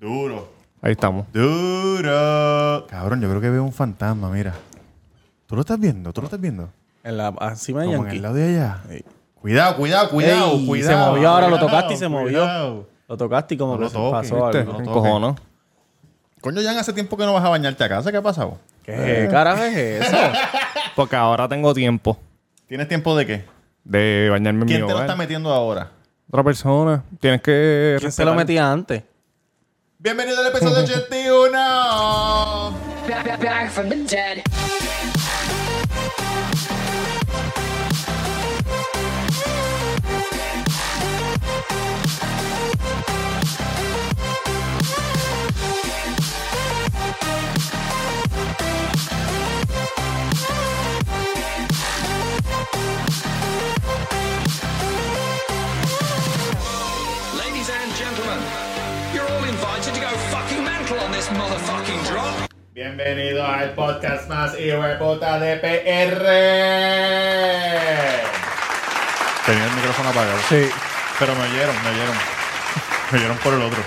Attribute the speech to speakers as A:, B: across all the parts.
A: Duro.
B: Ahí estamos.
A: Duro. Cabrón, yo creo que veo un fantasma, mira. ¿Tú lo estás viendo? ¿Tú lo estás viendo?
C: En la, encima de
A: Como en
C: Yankee.
A: el lado de allá.
C: Ey.
A: Cuidado, cuidado, cuidado,
C: Ey, se
A: cuidado.
C: movió, ahora lo
A: cuidado,
C: tocaste y se movió.
A: cuidado.
C: Lo tocaste y como
A: No
C: que
A: lo
C: se
A: toques,
C: pasó
A: ¿viste?
C: algo.
A: No
B: Un
A: toques.
B: cojono.
A: Coño, Jan, hace tiempo que no vas a bañarte a casa. ¿Qué ha pasado?
C: ¿Qué carajo es eso?
B: Porque ahora tengo tiempo
A: ¿Tienes tiempo de qué?
B: de bañarme en mi
A: ¿Quién te lo
B: hogar.
A: está metiendo ahora?
B: Otra persona. Tienes que...
C: ¿Quién se lo
B: respetar.
C: metía antes?
A: Bienvenido al episodio 81.
D: back, back, back from the dead.
E: Ladies and gentlemen, you're all invited to go fucking mental on this motherfucking drop.
A: Bienvenido al podcast más hijuepota de PR. Tenía el micrófono apagado.
B: Sí.
A: Pero me oyeron, me oyeron. Me oyeron por el otro.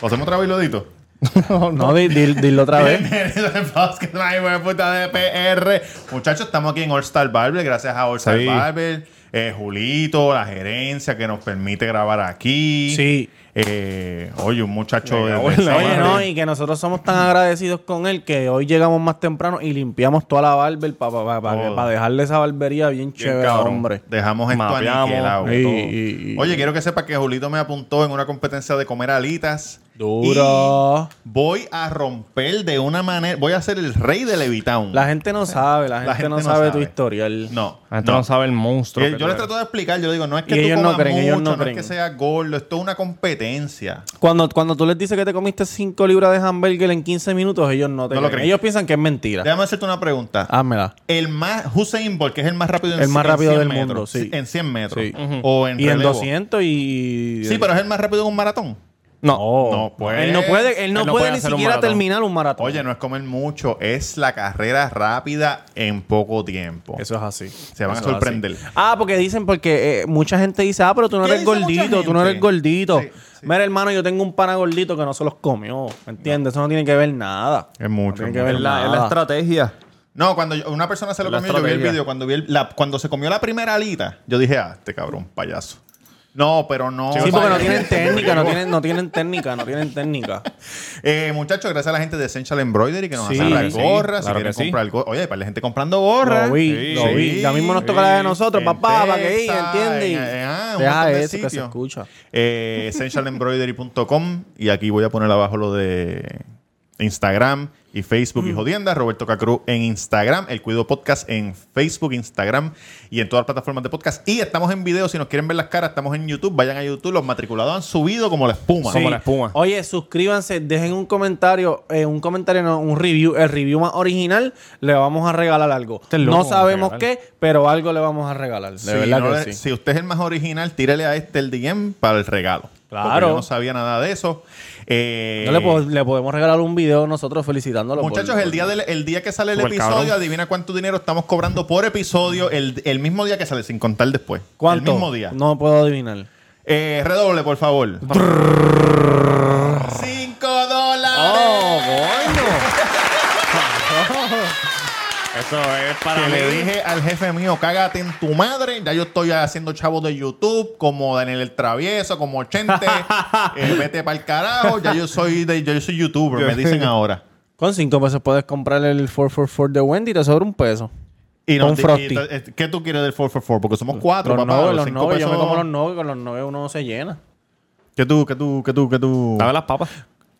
A: ¿Lo hacemos otra bailodito?
C: No, di- di- dilo otra vez.
A: Bienvenido al podcast más hijuepota de PR. Muchachos, estamos aquí en All Star Barber. Gracias a All Star
B: Sí.
A: Barber, eh, Julito, la gerencia que nos permite grabar aquí.
C: Sí.
A: Eh, oye, un muchacho de.
C: Oye, no, y que nosotros somos tan agradecidos con él que hoy llegamos más temprano y limpiamos toda la barber para
A: Todo.
C: dejarle esa barbería
A: Bien,
C: bien chévere,
A: cabrón.
C: hombre.
A: Dejamos esto
B: Mapeamos.
A: aniquilado.
C: Y-
A: todo.
C: y- y-
A: Oye, quiero que sepa que Julito me apuntó en una competencia de comer alitas.
C: Duro.
A: Y voy a romper de una manera. Voy a ser el rey de Levitown.
C: La gente no sabe, la gente, no, sabe, tu historial.
A: No.
B: La gente Ah, no, sabe el monstruo.
A: Eh,
B: que
A: yo
B: tú
A: les
B: eres.
A: trato de explicar, yo le digo, no es que
C: Y
A: tú
C: ellos no
A: comas
C: creen,
A: mucho,
C: ellos no
A: no, es
C: creen.
A: que seas gordo, esto es una competencia.
C: Cuando, cuando tú les dices que te comiste 5 libras de hamburger en 15 minutos, ellos no te
A: No lo creen.
C: creen. Ellos piensan que es mentira.
A: Déjame hacerte una pregunta.
C: Házmela.
A: El más, Hussein Bolt, que es el más rápido en
C: Ah. El más
A: en
C: rápido
A: 100
C: del
A: metros,
C: mundo, sí.
A: En 100 metros.
C: Sí.
A: O en
C: y en
A: relevo.
C: 200 y...
A: Sí, pero es el más rápido en un maratón.
B: No.
A: No, pues.
C: Él no puede, él no puede, ni
B: hacer un
C: siquiera
B: maratón.
C: terminar un maratón.
A: Oye, no es comer mucho, es la carrera rápida en poco tiempo.
C: Eso es así.
A: Se van a
C: Eso es
A: sorprender.
C: así. Ah, porque dicen, porque eh, mucha gente dice, ah, pero tú no
A: ¿Qué
C: eres
A: dice mucha
C: gordito, tú no
A: gente?
C: eres gordito.
A: Sí, sí.
C: Mira, hermano, yo tengo un pana gordito que no se los comió. ¿Me entiendes? Eso no tiene que ver nada.
A: Es mucho.
C: No tiene
A: es
C: que
A: mucho.
C: ver
F: Es la, es la
C: nada.
F: estrategia.
A: No, cuando yo- una persona se lo
F: La
A: comió, yo vi el
F: estrategia.
A: video. Cuando, vi el- la- cuando se comió la primera alita, yo dije, ah, este cabrón, payaso. No, pero no.
C: Sí, porque no
A: vaya.
C: tienen técnica, no tienen, no tienen técnica, no tienen técnica.
A: Eh, muchachos, gracias a la gente de Essential Embroidery que nos
C: Sí,
A: hacen las
C: sí,
A: gorras. si
B: claro
A: quieren
B: que sí.
A: comprar gorras. Oye, hay para la gente comprando gorras.
C: Lo vi, lo vi. Ya mismo nos toca la de nosotros, papá, para que ir, ¿entiendes?
A: ah,
C: Deja eso que se escucha.
A: Eh, essentialembroidery.com y aquí voy a poner abajo lo de Instagram y Facebook
C: Mm.
A: y jodienda. Roberto Cacruz en Instagram, El Cuido Podcast en Facebook, Instagram y en todas las plataformas de podcast. Y estamos en video, si nos quieren ver las caras, estamos en YouTube. Vayan a YouTube, los matriculados han subido como la espuma.
B: Como la espuma.
C: Oye, suscríbanse, dejen un comentario, eh, un comentario, no, un review, el review más original, le vamos a regalar algo.
B: Este es loco,
C: no
B: vamos a
C: sabemos
B: regalar.
C: qué, pero algo le vamos a regalar. De
A: si,
C: verdad
A: no
C: que
A: le-
C: sí.
A: si usted es el más original, tírele a este el DM para el regalo.
C: Claro.
A: Porque Yo no sabía nada de eso. Eh,
C: No le, po- le podemos regalar un video nosotros felicitándolo. por-
A: Muchachos, el día, del- el día que sale el
B: Súper
A: episodio,
B: cabrón.
A: adivina cuánto dinero estamos cobrando por episodio el, el mismo día que sale, sin contar después.
C: ¿Cuánto?
A: El mismo día.
C: No puedo adivinar.
A: Eh, redoble, por favor.
C: Ah.
A: ¡Cinco dólares!
C: Oh,
B: Eso es para
A: que
B: mí.
A: le dije al jefe mío, cágate en tu madre. Ya yo estoy haciendo chavos de YouTube, como Daniel el Travieso, como 80. eh, vete para el carajo. Ya yo soy, de, yo soy youtuber, me dicen ahora.
C: Con cinco pesos puedes comprar el 444 de Wendy y te sobra un peso.
A: Y
C: Con
A: di-
C: Frosty.
A: y- ¿Qué tú quieres del 444? Porque somos cuatro,
C: los
A: papá.
C: nueve,
A: los
C: los
A: cinco
C: nueve, yo me
A: pesos-
C: como los nueve, con los nueve uno no se llena.
A: ¿Qué tú, qué tú, qué tú, qué tú?
B: Dame las papas.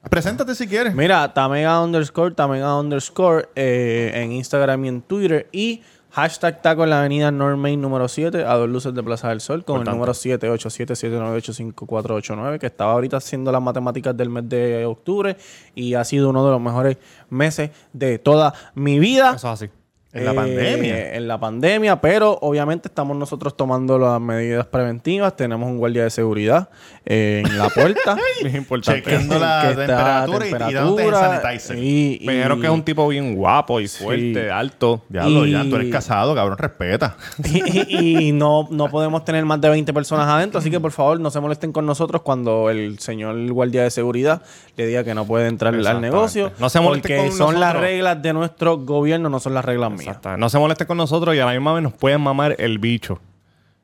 A: Preséntate si quieres.
C: Mira, Tamega underscore, Tamega underscore eh, en Instagram y en Twitter. Y hashtag taco en la avenida Normain número 7, a dos luces de Plaza del Sol, con el número 787-798-5489, que estaba ahorita haciendo las matemáticas del mes de octubre y ha sido uno de los mejores meses de toda mi vida.
B: Eso es así.
A: En la
C: Eh,
A: pandemia.
C: En la pandemia, pero obviamente estamos nosotros tomando las medidas preventivas. Tenemos un guardia de seguridad eh, en la puerta.
B: Es importante.
A: Chequeando
B: eso.
A: la
C: eh, que está
A: temperatura, y- y dándote el
C: temperatura,
A: sanitizer.
C: y- y-
B: Me dijeron que es un tipo bien guapo y
C: Sí.
B: fuerte, alto.
A: Diablo, ya, tú eres
C: y-
A: casado, cabrón, respeta.
C: y, y no, no podemos tener más de 20 personas adentro, así que por favor no se molesten con nosotros cuando el señor guardia de seguridad le diga que no puede entrar al
B: Exactamente.
C: negocio.
B: No se molesten
C: porque
B: con
C: son las
B: nosotros.
C: reglas de nuestro gobierno, no son las reglas mías.
B: Exacto. No se moleste con nosotros y a la misma vez nos pueden mamar el bicho.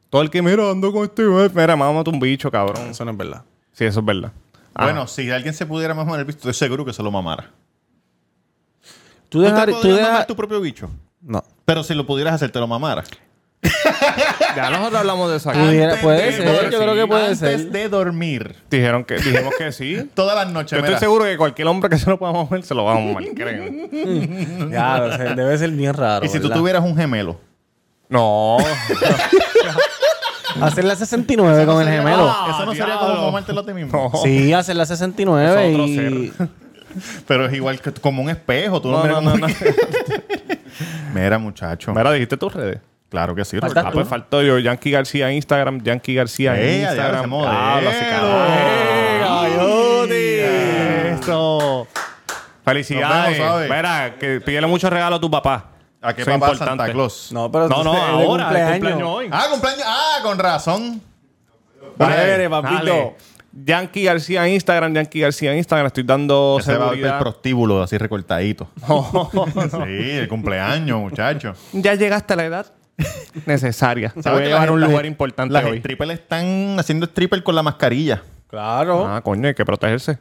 B: Todo el que mira ando con este, güey, mira, mámate un bicho, cabrón.
C: Eso no es verdad.
B: Sí, eso es verdad. Ah,
A: Bueno, si alguien se pudiera mamar el bicho, estoy seguro que se lo mamara.
C: Tú
A: ¿Tú te
C: dejar,
A: podrías
C: tú
A: mamar
C: dejar-
A: tu propio bicho?
C: No.
A: Pero si lo pudieras hacer, te lo mamara.
B: Ah, ya nosotros hablamos de eso aquí.
C: Pudiera-
A: Antes
C: puede
A: de
C: ser, yo
A: dormir,
C: creo que puede
A: antes
C: ser.
A: de dormir.
B: Dijeron que, dijimos que sí.
A: Todas las noches.
B: Yo estoy
A: mira.
B: seguro que cualquier hombre que se lo pueda mover se lo va a mamar, creo.
C: Ya, o sea, debe ser bien raro.
A: Y si tú
C: ¿verdad?
A: tuvieras un gemelo.
B: No.
C: Hacer la 69 con el
A: Sería-
C: gemelo.
A: Ah, Eso no sería como
B: diablo.
A: mamártelo a ti mismo.
B: No.
C: Sí, hacer la
B: Eso
C: 69
B: es otro
C: y...
A: Pero es igual que como un espejo. Tú no,
B: No,
A: miras
B: no, no,
A: como- Mira, muchacho.
B: Mira, dijiste tus redes.
A: Claro que sí.
C: Faltas
B: Ah,
A: Roberto.
B: pues faltó yo. Yankee García en Instagram, Yankee García
A: Eh,
B: en
A: ya,
B: Instagram.
A: ese modelo.
B: Diablo, ese carajo.
A: Eh,
B: Ay, Eso. Felicidades.
A: Nos vemos, ¿sabes?
B: Mira, que pídele muchos regalos a tu papá.
A: ¿A Ah, qué
B: Eso es
A: papá
B: importante.
A: Santa Claus?
C: No, pero
B: No, no,
C: es de
B: ahora. el
C: cumpleaños.
B: cumpleaños hoy.
A: Ah, cumpleaños. Ah, con razón.
C: Dale, papito.
B: Dale. Yankee García en Instagram, Yankee García en Instagram. Estoy dando
A: Se va a ver el
B: seguridad.
A: prostíbulo así recortadito. Sí, el cumpleaños, muchacho.
B: Ya llegaste a la edad necesaria. Te voy a
A: que
B: llevar a
A: las-
B: un
A: las-
B: lugar importante
A: Las
B: hoy.
A: strippers están haciendo stripper con la mascarilla.
C: Claro.
B: Ah, coño, hay que protegerse.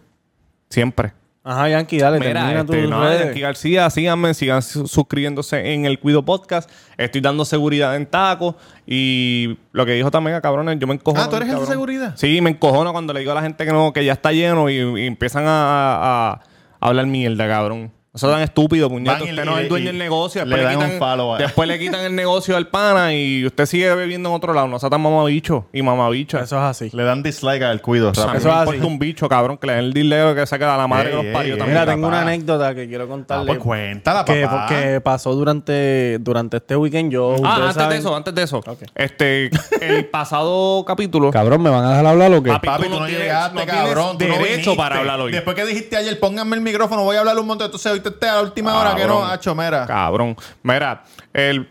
B: Siempre.
C: Ajá, Yankee, dale,
B: Mira,
C: termina
B: este,
C: tus
B: no,
C: redes.
B: Yankee García, síganme, sigan su- suscribiéndose en el Cuido Podcast. Estoy dando seguridad en tacos. Y lo que dijo también a cabrones, yo me encojono.
A: Ah, ¿tú eres el de
B: cabrón.
A: seguridad?
B: Sí, me encojono cuando le digo a la gente que no, que ya está lleno y, y empiezan a, a- a hablar mierda, cabrón. Eso es tan estúpido, puñeto.
A: Van y
B: Usted
A: le-
B: no es el dueño
A: y
B: del negocio.
A: le
B: Después le,
A: dan un
B: quitan,
A: follow eh. a-
B: después le quitan el negocio al pana y usted sigue bebiendo en otro lado. No sea tan mamabicho y mamabicha.
C: Eso es así.
A: Le dan dislike al cuido.
B: O sea, a mí
A: rápido.
C: Eso
B: me
C: es
B: importa
C: así.
B: un bicho, cabrón, que le den el dinero que saca a la
A: Ey,
B: madre que los parió
A: ey,
B: también.
C: Mira,
A: Mira,
C: tengo
A: papá.
C: una anécdota que quiero
A: Ah,
C: contarle.
A: pues cuéntala, papá.
C: que, que pasó durante, durante este weekend. Yo,
B: Ah,
C: ustedes
B: antes
C: saben-
B: de eso, antes de eso. Este, el pasado capítulo.
C: Cabrón, ¿me van a dejar hablar o qué?
B: Papi,
A: Papi, tú no,
B: tienes-
A: llegaste,
B: no tienes
A: cabrón. tú no
B: derecho
A: viniste.
B: para hablar hoy.
A: Después que dijiste ayer, pónganme el micrófono, voy a hablar un montón. Entonces, hoy te te a la última hora que no,
B: Ah,
A: ah,
B: Cabrón.
A: hacho, mera.
B: Cabrón. Mira, el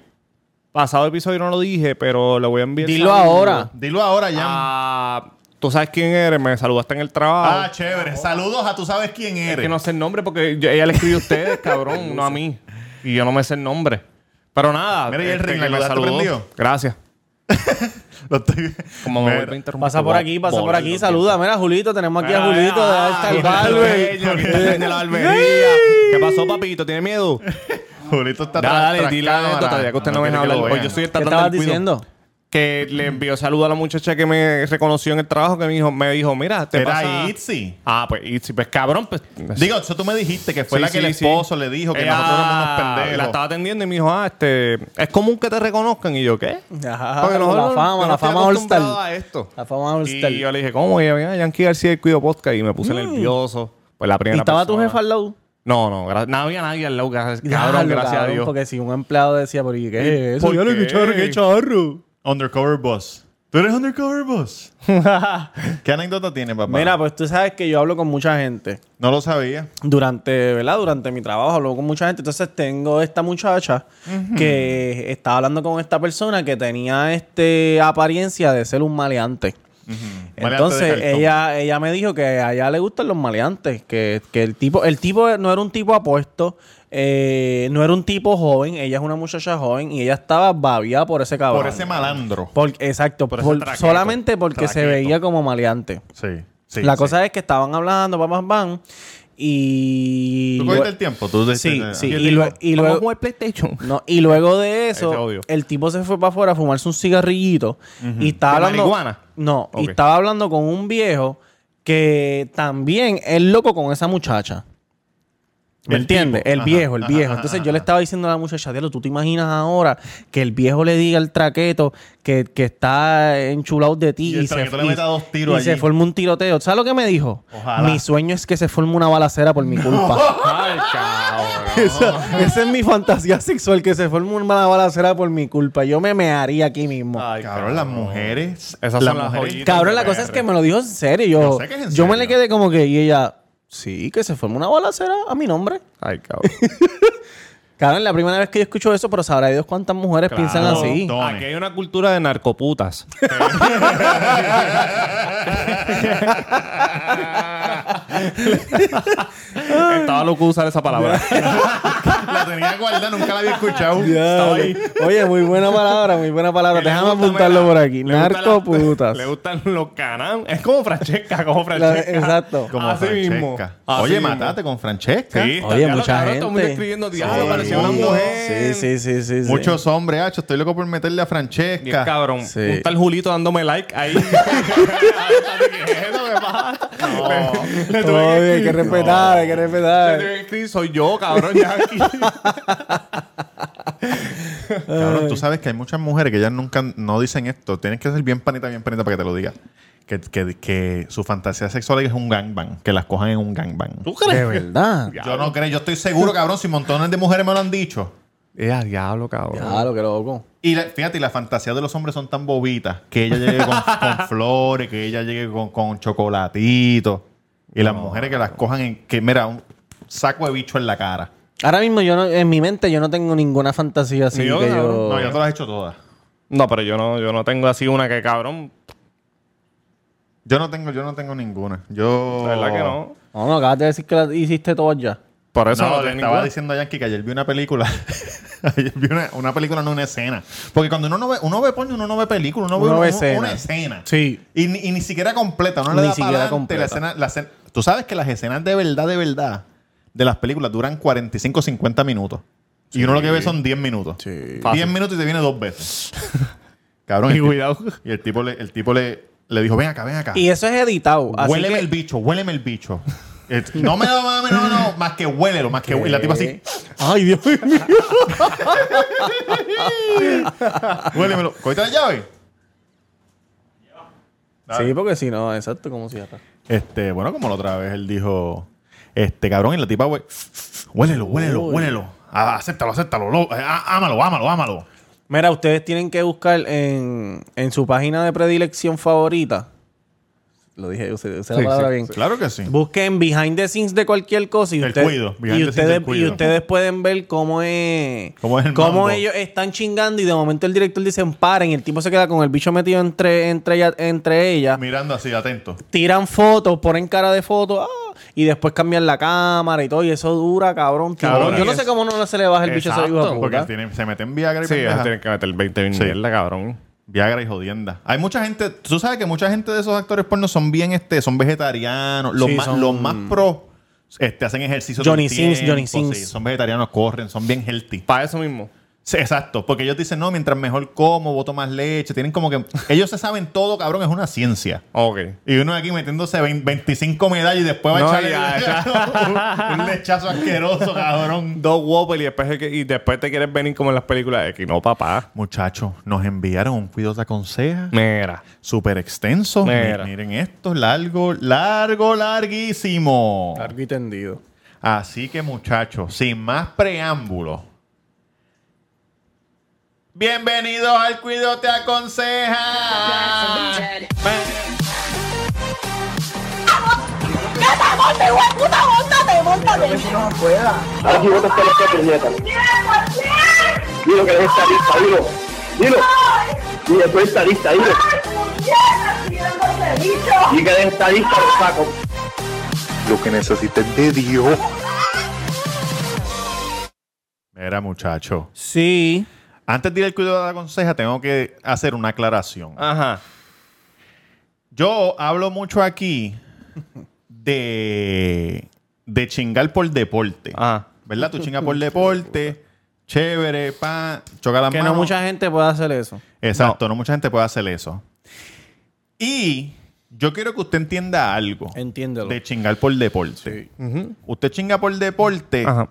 B: pasado episodio no lo dije, pero le voy a enviar.
C: Dilo
B: saludo
C: ahora.
A: Dilo ahora,
B: Ah,
A: ya.
B: a- tú sabes quién eres, me saludaste en el trabajo.
A: Ah, chévere. Saludos a tú sabes quién
B: es
A: eres.
B: que no sé el nombre porque yo- ella le escribió a ustedes, cabrón, no a mí. Y yo no me sé el nombre. Pero nada.
A: Mira, y el
B: este,
A: ring,
B: que
A: ¿lo
B: me
A: dejaste
B: saludó.
A: prendido?
B: Gracias.
A: Lo estoy-
B: Como me
A: Mira,
B: vuelve a interrumpir,
C: Pasa por
B: voy a
C: aquí, pasa por
B: volar
C: aquí.
B: los
C: Saluda. Mira, Julito, tenemos aquí a Eh,
B: Ah,
C: Julito de Alta
B: Julito
C: Barber.
B: Bello, que está en la barbería. ¿Qué pasó, papito? ¿Tiene miedo?
A: Julito está
B: Dale,
A: tras-
B: dale,
A: tras
B: dile la
A: cámara.
B: anécdota, ya que usted no, me
A: quiere
B: deja
A: que lo
B: hablar. Pues
A: vean.
B: yo soy el
C: ¿Qué
B: tatán
C: estabas
B: del cuido.
C: diciendo?
B: Que le envió saludo a la muchacha que me reconoció en el trabajo, que me dijo, me dijo mira, te
A: Era
B: pasa...
A: Itzy.
B: Ah, pues, y, si- pues cabrón, pues...
A: Digo, eso tú me dijiste que fue
B: Sí,
A: la que el
B: sí, sí.
A: esposo le dijo que
B: Ella
A: nosotros éramos unos
B: La
A: pendejos.
B: estaba atendiendo y me dijo, ah, este... Es común que te reconozcan. Y yo, ¿qué?
C: Ajá,
B: Porque
C: la
B: nosotros-
C: fama,
B: yo no
C: la
B: estoy
C: fama All Star.
B: acostumbrado a esto.
C: La fama All Star.
B: Y yo le dije, ¿cómo? Y ella, mira, Yankee García del Cuido Podcast. Y me puse nervioso. Pues la primera
C: Mm. ¿Y estaba tu
B: persona.
C: jefa al lado?
B: No, no, gra- no había nadie al lado, gra- cabrón,
C: Diablo,
B: gracias a
C: cabrón,
B: Dios.
C: Porque si un empleado decía, ¿por qué es eso?
B: por
C: Diablo,
B: qué?
C: charro.
A: Undercover Boss. ¿Tú eres Undercover Boss? ¿Qué anécdota tiene, papá?
C: Mira, pues tú sabes que yo hablo con mucha gente.
A: no lo sabía.
C: durante, ¿verdad? Durante mi trabajo hablo con mucha gente. Entonces tengo esta muchacha que estaba hablando con esta persona que tenía este apariencia de ser un maleante.
A: Maleante de
C: Entonces
A: cartón.
C: ella, ella me dijo que a ella le gustan los maleantes, que, que el tipo, el tipo no era un tipo apuesto, eh, no era un tipo joven, ella es una muchacha joven y ella estaba babiada por ese cabrón.
A: Por ese malandro.
C: Por- exacto,
B: ese
C: por-
B: traqueto.
C: solamente porque se
A: Traqueto.
C: veía como maleante.
A: Sí. sí
C: La
A: sí.
C: cosa es que estaban hablando, pam, pam, pam. Y.
A: ¿Tú cogiste el tiempo? ¿Tú te-
C: Sí,
A: te-
C: sí.
A: Yo
C: Y,
A: te-
C: lue- y
B: Vamos a
C: luego.
B: jugar PlayStation.
C: No, y luego de
B: Ese
C: eso,
B: odio.
C: el tipo se fue para afuera a fumarse un cigarrillito. Y estaba
B: ¿De
C: hablando.
B: marihuana?
C: No,
B: Ok.
C: y estaba hablando con un viejo que también es loco con esa muchacha. ¿Me
A: El
C: entiendes?
A: tipo.
C: El
A: Ajá,
C: viejo, el
A: ajá,
C: viejo.
A: ajá,
C: Entonces
A: ajá.
C: yo le estaba diciendo a la muchacha, diablo, ¿tú te imaginas ahora que el viejo le diga al traqueto que, que está enchulado de ti
A: Y
C: y,
A: el
C: se,
A: traqueto le
C: y-
A: meta dos tiros
C: y se
A: allí.
C: forma un tiroteo? ¿Sabes lo que me dijo?
A: Ojalá.
C: Mi sueño es que se forme una balacera por mi culpa.
B: Ay, cabrón. Ah.
C: esa, esa es mi fantasía sexual, que se forme una balacera por mi culpa. Yo me mearía aquí mismo.
B: Ay,
A: Cabrón, las mujeres.
B: Esas
A: las
B: son las
A: mujeres-
B: joyitas.
C: Cabrón, la cosa es que me lo dijo en serio. Yo,
A: Yo sé que es en
C: yo me le
A: serio.
C: quedé como que, y ella, sí, que se forme una balacera a mi nombre.
B: Ay, cabrón.
C: Cabrón, la primera vez que yo escucho eso, pero sabrá Dios cuántas mujeres piensan
B: Claro.
C: así.
A: No. Dones.
B: Aquí hay una cultura de narcoputas. Estaba loco de usar esa palabra.
A: la tenía guardada, nunca la había escuchado.
C: Ya, Oye, muy buena palabra, muy buena palabra. Déjame apuntarlo por aquí. Narcoputas.
B: Le gustan los canan. Es como Francesca, como
C: La-
B: Francesca.
C: exacto.
A: Como
B: Así
A: Francesca.
B: mismo. Así
A: Oye,
B: mismo.
A: matate con Francesca.
B: Sí, está-
C: Oye,
B: diablo,
C: mucha
B: cabrón, Todo el mundo
C: gente.
B: escribiendo,
A: Sí,
B: diablo, parecía una
A: mundo.
B: mujer.
C: Sí, sí, sí, sí. sí.
A: Muchos hombres, hacho. Estoy loco por meterle a Francesca.
B: Bien, cabrón.
C: Sí.
B: Un tal Julito dándome like ahí. Le tuve que
C: Oye, hay que
B: escribir.
C: respetar, hay que
B: Le
C: respetar.
B: tuve que escribir, Soy yo, cabrón, ya aquí.
A: Cabrón, tú sabes que hay muchas mujeres que ya nunca no dicen esto. Tienes que ser bien panita, bien panita para que te lo diga. Que, que- que su fantasía sexual es un gangbang. Que las cojan en un gangbang.
C: De verdad.
A: Yo no creo. Yo estoy seguro, cabrón, si montones de mujeres me lo han dicho.
B: Ea, diablo, cabrón.
C: Claro, qué loco.
A: Y la- fíjate, y las fantasías de los hombres son tan bobitas que ella llegue con, con flores, que ella llegue con, con chocolatitos. Y las mujeres que las cojan en que, mira, un saco de bicho en la cara.
C: Ahora mismo yo no, en mi mente yo no tengo ninguna fantasía así
B: Ni yo,
C: que
B: cabrón.
C: yo.
A: No, ya te las has hecho todas.
B: No, pero yo no, yo no tengo así una que, cabrón.
A: Yo no tengo, yo no tengo ninguna. Yo.
B: La verdad que no.
C: No, no, acabas de decir que la hiciste todas ya.
B: Por eso
A: No,
B: no,
A: le
B: tengo
A: estaba
B: ninguna.
A: diciendo a Yankee que ayer vi una película. ayer vi una, una película, no una escena. Porque cuando uno no ve, uno ve porno, uno no ve película, uno ve,
C: Uno
A: uno-
C: ve escena.
A: una escena.
C: Sí.
A: Y, ni- y ni siquiera completa, uno le
C: Ni
A: da
C: siquiera
A: siquiera
C: completa.
A: La escena, la escena- Tú sabes que las escenas de verdad, de verdad, de las películas duran 45 50 minutos. Y uno lo que ve son 10 minutos. Sí. 10
B: Fácil.
A: minutos y te viene dos veces. Cabrón. el
B: Y
A: tipo-
B: cuidado.
A: Y el tipo le, el tipo le, le dijo, ven acá, ven acá.
C: Y eso es editado. Así
A: Huéleme
C: que-
A: el bicho, huéleme el bicho. Et- No me da mami, no, no, más que huélelo, más que huélelo. Y la tipa así,
C: Ay, Dios mío.
A: huélemelo. ¿Cogiste la llave?
C: Sí, porque si no, exacto, como cierra.
A: Este, bueno, como la otra vez él dijo, este cabrón, y la tipa, hue- huélelo, huélelo,
C: Uy.
A: huélelo. Ah, acéptalo, acéptalo, lo- eh, á- ámalo, ámalo, ámalo.
C: Mira, ustedes tienen que buscar en, en su página de predilección favorita. Lo dije, usé, usé la
B: Sí,
C: palabra
B: sí,
C: bien.
A: Claro que sí.
C: Busquen behind the scenes de cualquier cosa y,
A: Del
C: usted-
A: cuido, behind
C: y,
A: the scenes del
C: ustedes, y
A: cuido.
C: ustedes pueden ver cómo es
A: Cómo es el mambo.
C: ellos están chingando y de momento el director dice paren y el tipo se queda con el bicho metido entre, entre, ella- entre ellas.
A: Mirando así, atento.
C: Tiran fotos, ponen cara de foto ah, y después cambian la cámara y todo y eso dura, cabrón. tiempo.
B: Cabrón,
C: Yo
B: y
C: no sé
B: eso-
C: cómo no se le baja el bicho a ese
B: Exacto,
C: hijo de
A: Porque
C: puta.
A: tienen- se meten Viagra y
B: Sí,
A: pendeja.
B: ellos tienen que meter 20 mil
A: Sí.
B: mierda, cabrón.
A: Viagra y jodienda. Hay mucha gente, tú sabes que mucha gente de esos actores porno son bien, este, son vegetarianos. Los,
C: Sí,
A: más,
C: son-
A: los más pro este, hacen ejercicio. todo
C: Johnny
A: el
C: Sins,
A: tiempo,
C: Johnny
A: sí.
C: Sins.
A: son vegetarianos, corren, son bien healthy.
B: Para eso mismo.
A: Sí, exacto, porque ellos dicen, no, mientras mejor como, boto más leche. Tienen como que. Ellos se saben todo, cabrón, es una ciencia.
B: Ok.
A: Y uno aquí metiéndose vein- 25 medallas y después va
B: No,
A: a echarle
B: ya,
A: un, un lechazo asqueroso, cabrón.
B: Dos whoppers y después, y después te quieres venir como en las películas X. No, papá.
A: Muchachos, nos enviaron un cuido de aconseja.
B: Mira.
A: súper extenso. Mi-
B: Mira.
A: Miren esto, largo, largo, larguísimo.
C: Largo y tendido.
A: Así que muchachos, sin más preámbulos. Bienvenidos al Cuido Te Aconseja.
D: Dead.
F: Aquí vos estás los que puñetas. Dilo que eres estadista, dilo. Dilo. Dilo, tú eres estadista, dilo. Y que eres estadista, lo saco.
G: lo que necesites de Dios.
A: Mira, muchachos.
C: Sí.
A: Antes de ir al Cuido Te Aconseja, tengo que hacer una aclaración.
B: Ajá.
A: Yo hablo mucho aquí de, de chingar por deporte.
B: Ajá.
A: ¿Verdad? Tú chingas por deporte. Chévere, pa, choca las
C: Que no
A: manos.
C: mucha gente puede hacer eso.
A: Exacto, no. mucha gente puede hacer eso. Y Yo quiero que usted entienda algo
C: Entiéndelo.
A: de chingar por deporte. Usted chinga por deporte,
B: Ajá.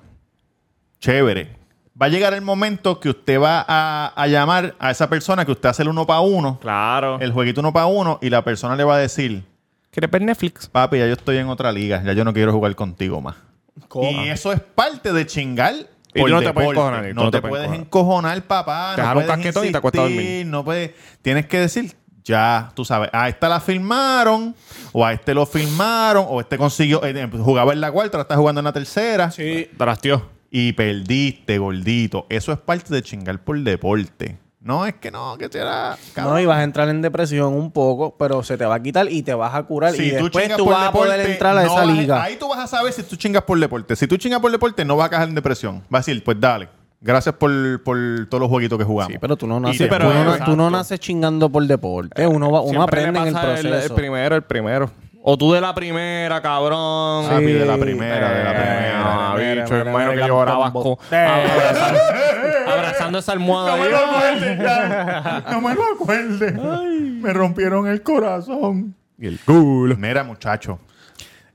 A: chévere. Va a llegar el momento que usted va a, a llamar a esa persona que usted hace el uno para uno,
B: Claro.
A: el jueguito uno para uno, y la persona le va a decir,
B: ¿Quieres ver Netflix?
A: papi, ya yo estoy en otra liga, ya yo no quiero jugar contigo más.
C: Coma.
A: Y eso es parte de chingar.
B: Y
A: por
B: tú no te puedes
A: deporte.
B: encojonar, tú
A: No, te, puedes encojonar, papá.
B: Te
A: no
B: jala un
A: puedes
B: casquetón y te acuestas a dormir.
A: insistir, No puedes. Tienes que decir, ya, tú sabes, a esta la filmaron, o a este lo filmaron, o este consiguió, eh, jugaba en la cuarta, ahora está jugando en la tercera.
C: Sí.
B: Trasteó.
A: Y perdiste, gordito. Eso es parte de chingar por deporte. No, es que no, que será.
C: No, y vas a entrar en depresión un poco, pero se te va a quitar y te vas a curar. y después tú, vas a poder entrar a
A: no
C: esa
A: vas
C: liga.
A: Ahí tú vas a saber si tú chingas por deporte. Si tú chingas por deporte, no vas a caer en depresión. Vas a decir, pues dale. Gracias por, por todos los jueguitos que jugamos.
C: Sí, pero tú no
A: Y
C: naces,
A: te-
B: pero-
C: tú no-
B: exacto.
C: tú no naces chingando por deporte. Uno, va, uno
B: Siempre
C: aprende en
B: le
C: el
B: pasa
C: proceso.
B: El primero, el primero. O tú de la primera, cabrón.
A: Ah, Papi, de la
C: Sí.
A: primera, de la
B: Eh,
A: primera.
B: ah,
C: primera,
B: bicho,
C: primera,
B: hermano, que
C: primera,
B: llorabas
C: combo.
B: con- abrazando, abrazando esa almohada. ahí. este,
A: No me lo acuerde. Me rompieron el corazón. Y el culo. Mira, muchacho.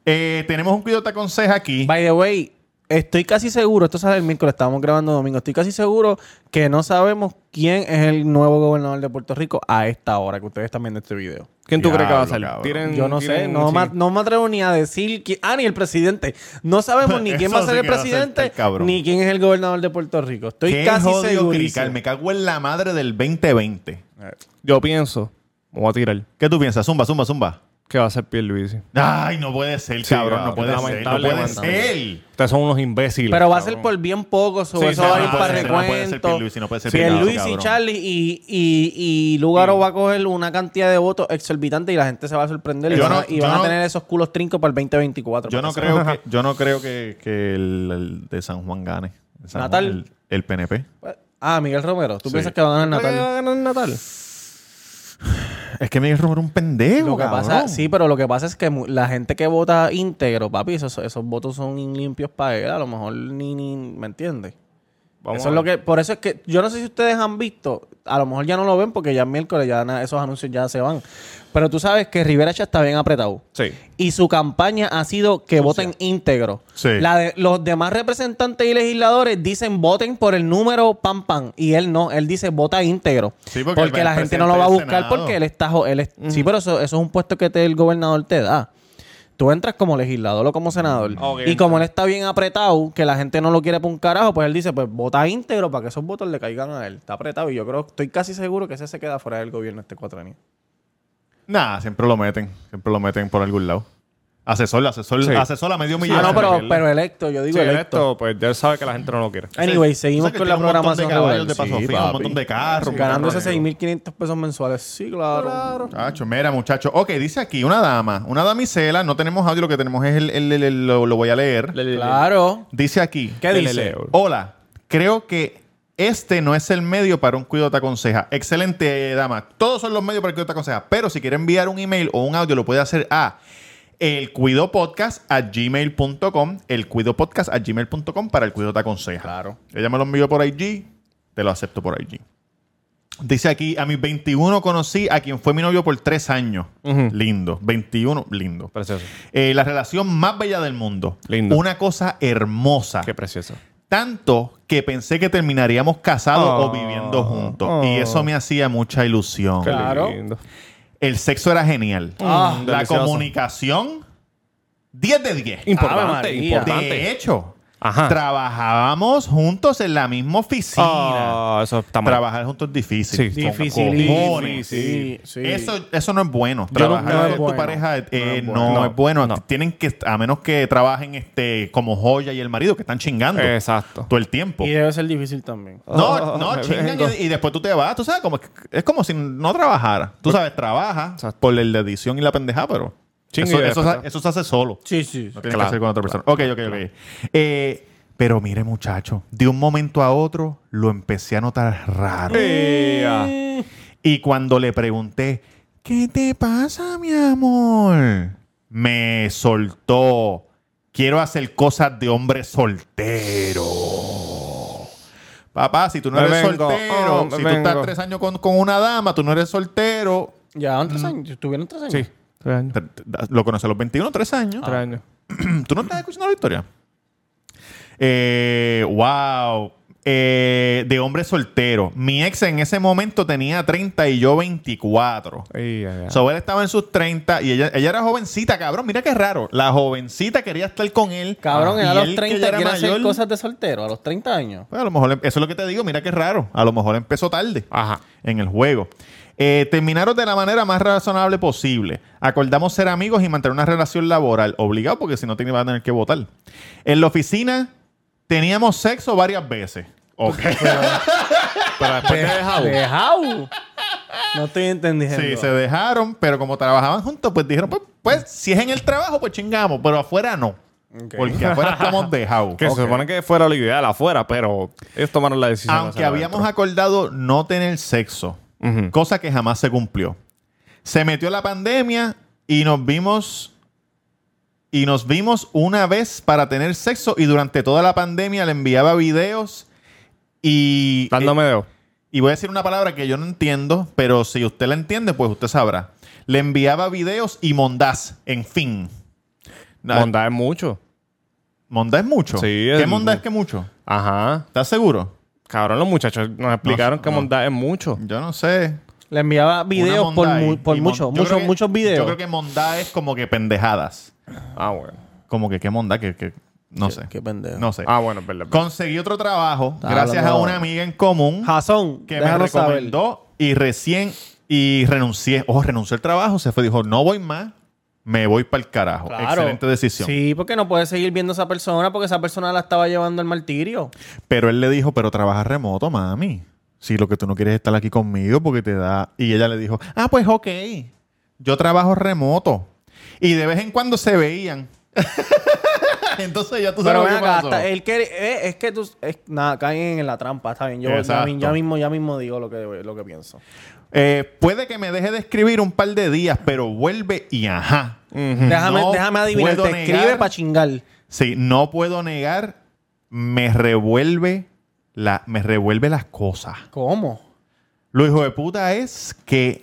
A: Eh, tenemos un cuido te aconseja aquí.
C: By the way, estoy casi seguro, esto sale el miércoles, estamos grabando domingo, estoy casi seguro que no sabemos quién es el nuevo gobernador de Puerto Rico a esta hora que ustedes están viendo este video.
B: ¿Quién tú crees que va a
A: Diablo,
B: salir?
A: cabrón.
B: Tienen-
C: Yo no sé,
B: tienen-
C: no,
B: sí.
C: ma- no me atrevo ni a decir quién. Ah, ni el presidente. No sabemos ni quién va a
A: Eso
C: ser
A: sí
C: el
A: que va a ser
C: presidente,
A: tan cabrón.
C: ni quién es el gobernador de Puerto Rico. Estoy
A: Qué
C: casi
A: jodido
C: seguro.
A: crical. Me cago en la madre del 2020.
B: Yo pienso, me voy a tirar,
A: ¿Qué tú piensas? Zumba, zumba, zumba.
B: que va a ser Pierluisi.
A: Ay, no puede ser,
B: Sí,
A: cabrón. No
B: cabrón.
A: puede ser. No
B: Lamentable,
A: puede
B: lamentable.
A: ser.
B: Ustedes son unos imbéciles.
C: Pero va a ser
B: cabrón.
C: por bien poco, so-
B: Sí,
C: eso
B: sí,
C: va a
B: no
C: ir
B: puede
C: para
B: ser, no
A: puede ser
C: recuento.
A: Pierluisi, no puede ser
C: Pierluisi,
A: Picado, cabrón.
C: Charlie y, y, y Lugaro va a coger una cantidad de votos exorbitante y la gente se va a sorprender y
A: Yo
C: van, a-
A: no-
C: y
A: yo
C: van
A: no-
C: a tener esos culos trincos para el 2024.
A: Yo no
C: parece.
A: creo que, yo no creo que, que el, el de San Juan gane. El San Juan,
C: Natal.
A: el, el PNP.
C: Ah, Miguel Romero, ¿tú
A: Sí.
C: piensas que va a ganar
B: ¿Crees que va
C: Natal?
B: a ganar Natal?
A: Es que Miguel Romero es un pendejo,
C: Lo que
A: cabrón.
C: pasa, sí, pero lo que pasa es que mu- la gente que vota íntegro, papi, esos, esos votos son limpios para él, a lo mejor ni, ni ¿me entiendes?
B: Vamos
C: eso
B: a
C: es lo
B: ver.
C: que, por eso es que, yo no sé si ustedes han visto, a lo mejor ya no lo ven porque ya el miércoles ya na- esos anuncios ya se van. Pero tú sabes que Rivera ya está bien apretado.
B: Sí.
C: Y su campaña ha sido que voten íntegro.
A: Sí.
C: La de, los demás representantes y legisladores dicen voten por el número pam pam. Y él no, él dice vota íntegro.
A: Sí, porque
C: porque
A: él va
C: la
A: al
C: gente no lo va a
A: presidente
C: buscar
A: del Senado.
C: porque él está... jo- Él es- Sí, pero eso, eso es un puesto que te- el gobernador te da. Tú entras como legislador o como senador.
B: Ok,
C: y como él está bien apretado, que la gente no lo quiere por un carajo, pues él dice, pues vota íntegro para que esos votos le caigan a él. Está apretado y yo creo, estoy casi seguro que ese se queda fuera del gobierno este cuatro años.
A: Nah, siempre lo meten. Siempre lo meten por algún lado. Asesor, asesor,
B: Sí.
A: asesor a medio millón.
C: ah, no, pero,
B: pierde.
C: pero electo, yo digo
B: Sí,
C: electo.
B: esto, pues ya él sabe que la gente no lo quiere.
C: Anyway, seguimos
A: O sea, que
C: con
A: tiene
C: la
A: un montón de
C: programación
A: caballos
C: regular.
A: de paso
C: Sí,
A: fino, un
C: papi.
A: montón de carros.
C: Ganándose
A: un montón de-
C: 6.500 pesos mensuales. Sí, claro.
A: Chacho, mira, muchacho. Ok, dice aquí una dama, una damisela. No tenemos audio, lo que tenemos es el, el- el- el- lo, lo voy a leer.
C: Claro.
A: Dice aquí.
C: ¿Qué
B: Le- le-
C: dice?
B: le-
A: Hola, creo que este no es el medio para un cuido te aconseja. Excelente, dama. Todos son los medios para el cuido te aconseja. Pero si quiere enviar un email o un audio, lo puede hacer a el cuido podcast a gmail.com. El cuido podcast a gmail.com para el cuido te aconseja. Claro. Ella me lo envió por IG, te lo acepto por IG. Dice aquí, a mis 21 conocí a quien fue mi novio por tres años. Lindo. 21, lindo.
B: Precioso.
A: Eh, la relación más bella del mundo.
B: Lindo.
A: Una cosa hermosa.
B: Qué precioso.
A: Tanto que pensé que terminaríamos casados
B: Oh,
A: o viviendo juntos.
B: oh.
A: Y eso me hacía mucha ilusión.
B: Qué
C: Claro.
B: lindo.
A: El sexo era genial.
B: Ah,
A: la
B: delicioso.
A: comunicación, 10 de 10.
B: Importante,
C: Ave María.
A: De
B: importante.
A: hecho,
B: Ajá.
A: trabajábamos juntos en la misma oficina.
B: Ah, eso está mal.
A: Trabajar juntos es difícil.
B: Sí.
A: Con
C: Dificilísimo.
A: cojones.
C: Sí, sí.
A: Eso, eso no es bueno.
C: Yo no-
A: Trabajar
C: no es
A: con tu
C: bueno.
A: pareja eh, no, es bueno.
B: No, no.
A: Tienen que, a menos que trabajen este, como Joya y el marido, que están chingando
B: Exacto.
A: todo el tiempo.
C: Y debe ser difícil también. Ah,
A: No, no,
B: Oh, me
A: chingan
B: vengo.
A: y, y después tú te vas. Tú sabes, como, es como si no trabajara. Tú sabes, trabaja
B: Pues Exacto.
A: por la edición y la pendeja, pero
B: Chingue
A: eso,
B: y
A: eso,
B: después-
A: se- eso se hace solo.
C: Sí, sí.
A: No tiene
B: Claro,
A: que hacer con otra persona. ok, ok, ok. Eh, pero mire, muchacho, de un momento a otro lo empecé a notar raro.
B: Eh,
A: Y cuando le pregunté, ¿qué te pasa, mi amor? Me soltó. Quiero hacer cosas de hombre soltero. Papá, si tú no
B: Me
A: eres
B: vengo.
A: soltero,
B: Oh, me
A: si tú estás
B: vengo.
A: tres años con, con una dama, tú no eres soltero. Mm.
C: Ya van tres años. Tuvieron tres años.
B: Sí. Tres años.
A: Tre- Lo conoce a los 21, 3 años.
B: Tres años.
A: ¿Tú no estás escuchando la historia? Eh, wow. Eh, de hombre soltero. Mi ex en ese momento tenía 30 y yo 24.
B: Ey, ay, ay.
A: So, él estaba en sus 30 y ella, ella era jovencita, cabrón. Mira qué raro. La jovencita quería estar con él.
C: Cabrón,
A: Ah. Y
C: a
A: él,
C: los
A: que
C: 30
A: ya era
C: quiere hacer
A: mayor,
C: cosas de soltero, a los 30 años.
A: pues, a lo mejor, em- eso es lo que te digo. Mira qué raro. A lo mejor empezó tarde
B: Ajá.
A: en el juego. Eh, terminaron de la manera más razonable posible. Acordamos ser amigos y mantener una relación laboral. Obligado, porque si no, te va a tener que votar. En la oficina teníamos sexo varias veces. Ok.
B: Pero después de Jabo.
C: Dejado. No estoy entendiendo.
A: Sí, se dejaron, pero como trabajaban juntos, pues dijeron, pues, pues, si es en el trabajo, pues chingamos, pero afuera no. Porque afuera estamos dejados.
B: Que se supone que fuera lo ideal afuera, pero ellos tomaron la decisión. de
A: Aunque
B: hacerlo
A: habíamos
B: adentro.
A: acordado no tener sexo,
B: Ujú.
A: cosa que jamás se cumplió. Se metió la pandemia y nos vimos y nos vimos una vez para tener sexo y durante toda la pandemia le enviaba videos y
B: Dándome dedo.
A: y voy a decir una palabra que yo no entiendo, pero si usted la entiende, pues usted sabrá. Le enviaba videos y mondás, en fin. Na-
B: Mondad es mucho.
A: ¿Mondá es mucho?
B: Sí,
A: ¿Qué
B: es-
A: mondá es que mucho?
B: Ajá.
A: ¿Estás seguro?
B: Cabrón, los muchachos nos explicaron que
A: no.
B: mondad es mucho.
A: Yo no sé.
C: Le enviaba videos
A: Una
C: por,
A: mondá
C: mu-
A: y-
C: por
A: y mon-
C: muchos,
A: yo creo
C: muchos,
A: que-
C: muchos
A: Yo
C: videos.
A: creo que mondá es como que pendejadas.
B: Ah, bueno.
A: Como que qué mondá, que, que- no sé.
C: qué pendejo.
A: No sé.
B: Ah, bueno, es verdad. es verdad.
A: Conseguí otro trabajo
C: Está
A: gracias a
C: hablando-
A: una amiga en común
C: Jason,
A: que me
C: déjanos saber.
A: recomendó y recién y renuncié. Ojo, renunció el trabajo, se fue, dijo, no voy más, me voy para el carajo.
C: Claro.
A: Excelente decisión.
C: Sí, porque no puedes seguir viendo a esa persona porque esa persona la estaba llevando al martirio.
A: Pero él le dijo, pero trabajas remoto, mami. Si lo que tú no quieres es estar aquí conmigo porque te da... Y ella le dijo, ah, pues ok, yo trabajo remoto. Y de vez en cuando se veían. Entonces ya tú sabes lo
C: Pero ven
A: que
C: acá,
A: pasó.
C: hasta él quiere, eh, es que tú, es- nada, caen en la trampa, está bien. Yo ya,
A: Exacto.
C: mi- ya mismo, ya mismo digo lo que, lo que pienso.
A: Eh, puede que me deje de escribir un par de días, pero vuelve y ajá.
C: Déjame,
A: No
C: déjame adivinar,
A: puedo
C: te
A: negar-
C: escribe para chingar.
A: Sí, no puedo negar, me revuelve, la, me revuelve las cosas.
C: ¿Cómo?
A: Lo hijo de puta es que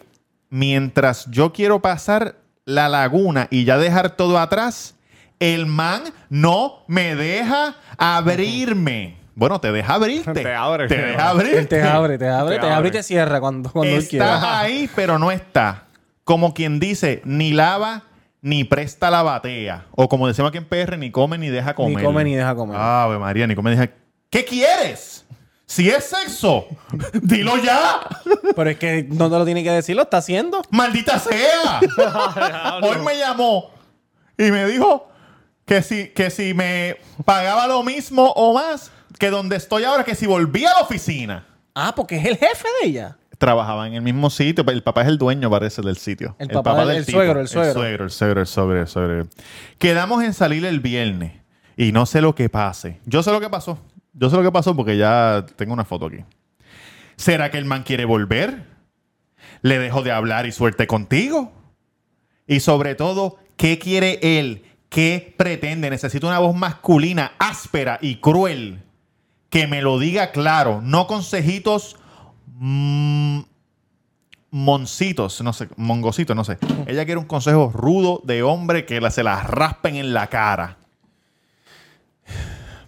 A: mientras yo quiero pasar la laguna y ya dejar todo atrás, el man no me deja abrirme. Bueno, te deja abrirte.
B: Te abre.
A: Te deja abrirte.
C: Él te abre, te abre,
B: Te
C: te, abre
B: abre.
C: y te cierra cuando, cuando él
A: Está
C: quiera.
A: ahí, pero no está. Como quien dice, ni lava, ni presta la batea. O como decimos aquí en PR, ni come ni deja comer.
C: come ni deja comer.
A: Ave María, ni come ni deja. ¿Qué quieres? Si es sexo, dilo ya.
C: Pero es que no te lo tiene que decir, lo está haciendo.
A: ¡Maldita sea! Hoy me llamó y me dijo que si, que si me pagaba lo mismo o más que donde estoy ahora, que si volvía a la oficina.
C: Ah, porque es el jefe de ella.
A: Trabajaba en el mismo sitio, pero el papá es el dueño, parece, del sitio.
C: El papá del- el suegro, el suegro.
A: El suegro, el suegro, el suegro, el suegro. Quedamos en salir el viernes y no sé lo que pase. Yo sé lo que pasó. Yo sé lo que pasó porque ya tengo una foto aquí. ¿Será que el man quiere volver? ¿Le dejo de hablar y suerte contigo? Y sobre todo, ¿qué quiere él? ¿Qué pretende? Necesito una voz masculina, áspera y cruel. Que me lo diga claro. No consejitos mm, moncitos, no sé, mongositos, no sé. Ella quiere un consejo rudo de hombre que la- se las raspen en la cara. Eh,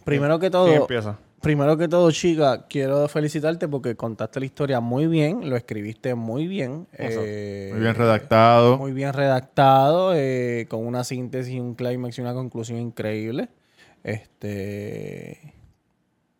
C: Primero que
B: Sí,
C: todo,
B: empieza.
C: primero que todo, chica, quiero felicitarte porque contaste la historia muy bien, lo escribiste muy bien. eh,
A: Muy bien redactado.
C: Muy bien redactado, eh, con una síntesis, un clímax y una conclusión increíble. Este.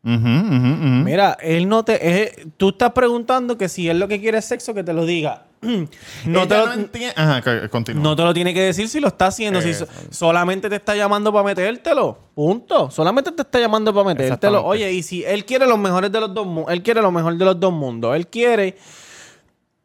A: Ujú, ujú, ujú.
C: Mira, él no te. eh, tú estás preguntando que si él lo que quiere es sexo, que te lo diga. No
A: Ella
C: te, lo,
A: no entiende. Ajá, ca- continúa.
C: no te lo tiene que decir si lo está haciendo. Si so- solamente te está llamando para metértelo. Punto. Solamente te está llamando para metértelo.
B: Exactamente.
C: Oye, y si él quiere los mejores de los dos mundos. Él quiere lo mejor de los dos mundos. Él quiere.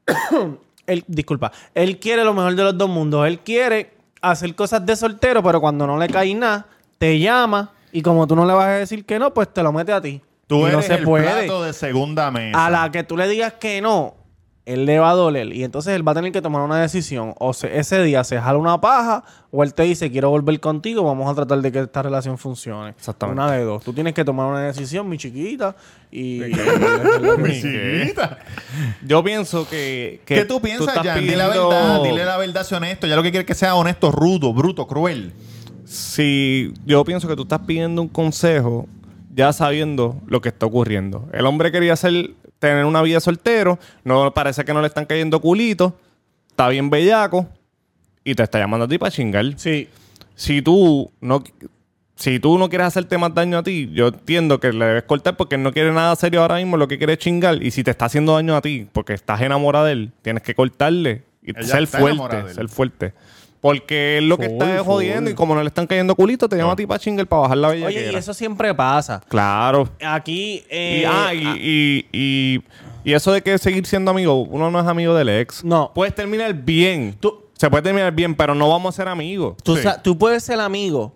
C: él, disculpa. Él quiere lo mejor de los dos mundos. Él quiere hacer cosas de soltero, pero cuando no le cae nada, te llama. Y como tú no le vas a decir que no, pues te lo mete a ti.
A: Tú
C: Y
A: eres
C: no se
A: el
C: puede.
A: plato de segunda mesa.
C: A la que tú le digas que no, él le va a doler. Y entonces él va a tener que tomar una decisión. O se- ese día se jala una paja, o él te dice, quiero volver contigo, vamos a tratar de que esta relación funcione.
B: Exactamente.
C: Una de dos. Tú tienes que tomar una decisión, mi chiquita, y...
A: Mi chiquita.
B: Yo pienso que. que
A: ¿Qué tú piensas,
B: estás
A: Jan? Dile la
B: pidiendo-
A: verdad, dile la verdad, sé honesto. Ya lo que quiere es que sea honesto, rudo, bruto, cruel.
B: Si yo pienso que tú estás pidiendo un consejo ya sabiendo lo que está ocurriendo. El hombre quería hacer, tener una vida soltero, no parece que no le están cayendo culitos, está bien bellaco y te está llamando a ti para chingar.
C: sí.
B: Si tú no si tú no quieres hacerte más daño a ti, yo entiendo que le debes cortar porque él no quiere nada serio ahora mismo, lo que quiere es chingar y si te está haciendo daño a ti porque estás enamorada de él, tienes que cortarle y
A: Ella
B: ser
A: está enamorada de
B: fuerte,
A: él.
B: ser fuerte. Porque él lo que
C: Full,
B: está es
C: full.
B: jodiendo y como no le están cayendo culitos, te llama a ti para chingar para bajar la bella.
C: Oye, y eso siempre pasa.
B: Claro.
C: Aquí... eh,
B: y, ah, y, y, y- y eso de que seguir siendo amigo, uno no es amigo del ex.
C: No.
B: Puedes terminar bien.
C: Tú-
B: Se puede terminar bien, pero no vamos a ser amigos.
C: Tú,
A: Sí.
C: sa- tú puedes ser amigo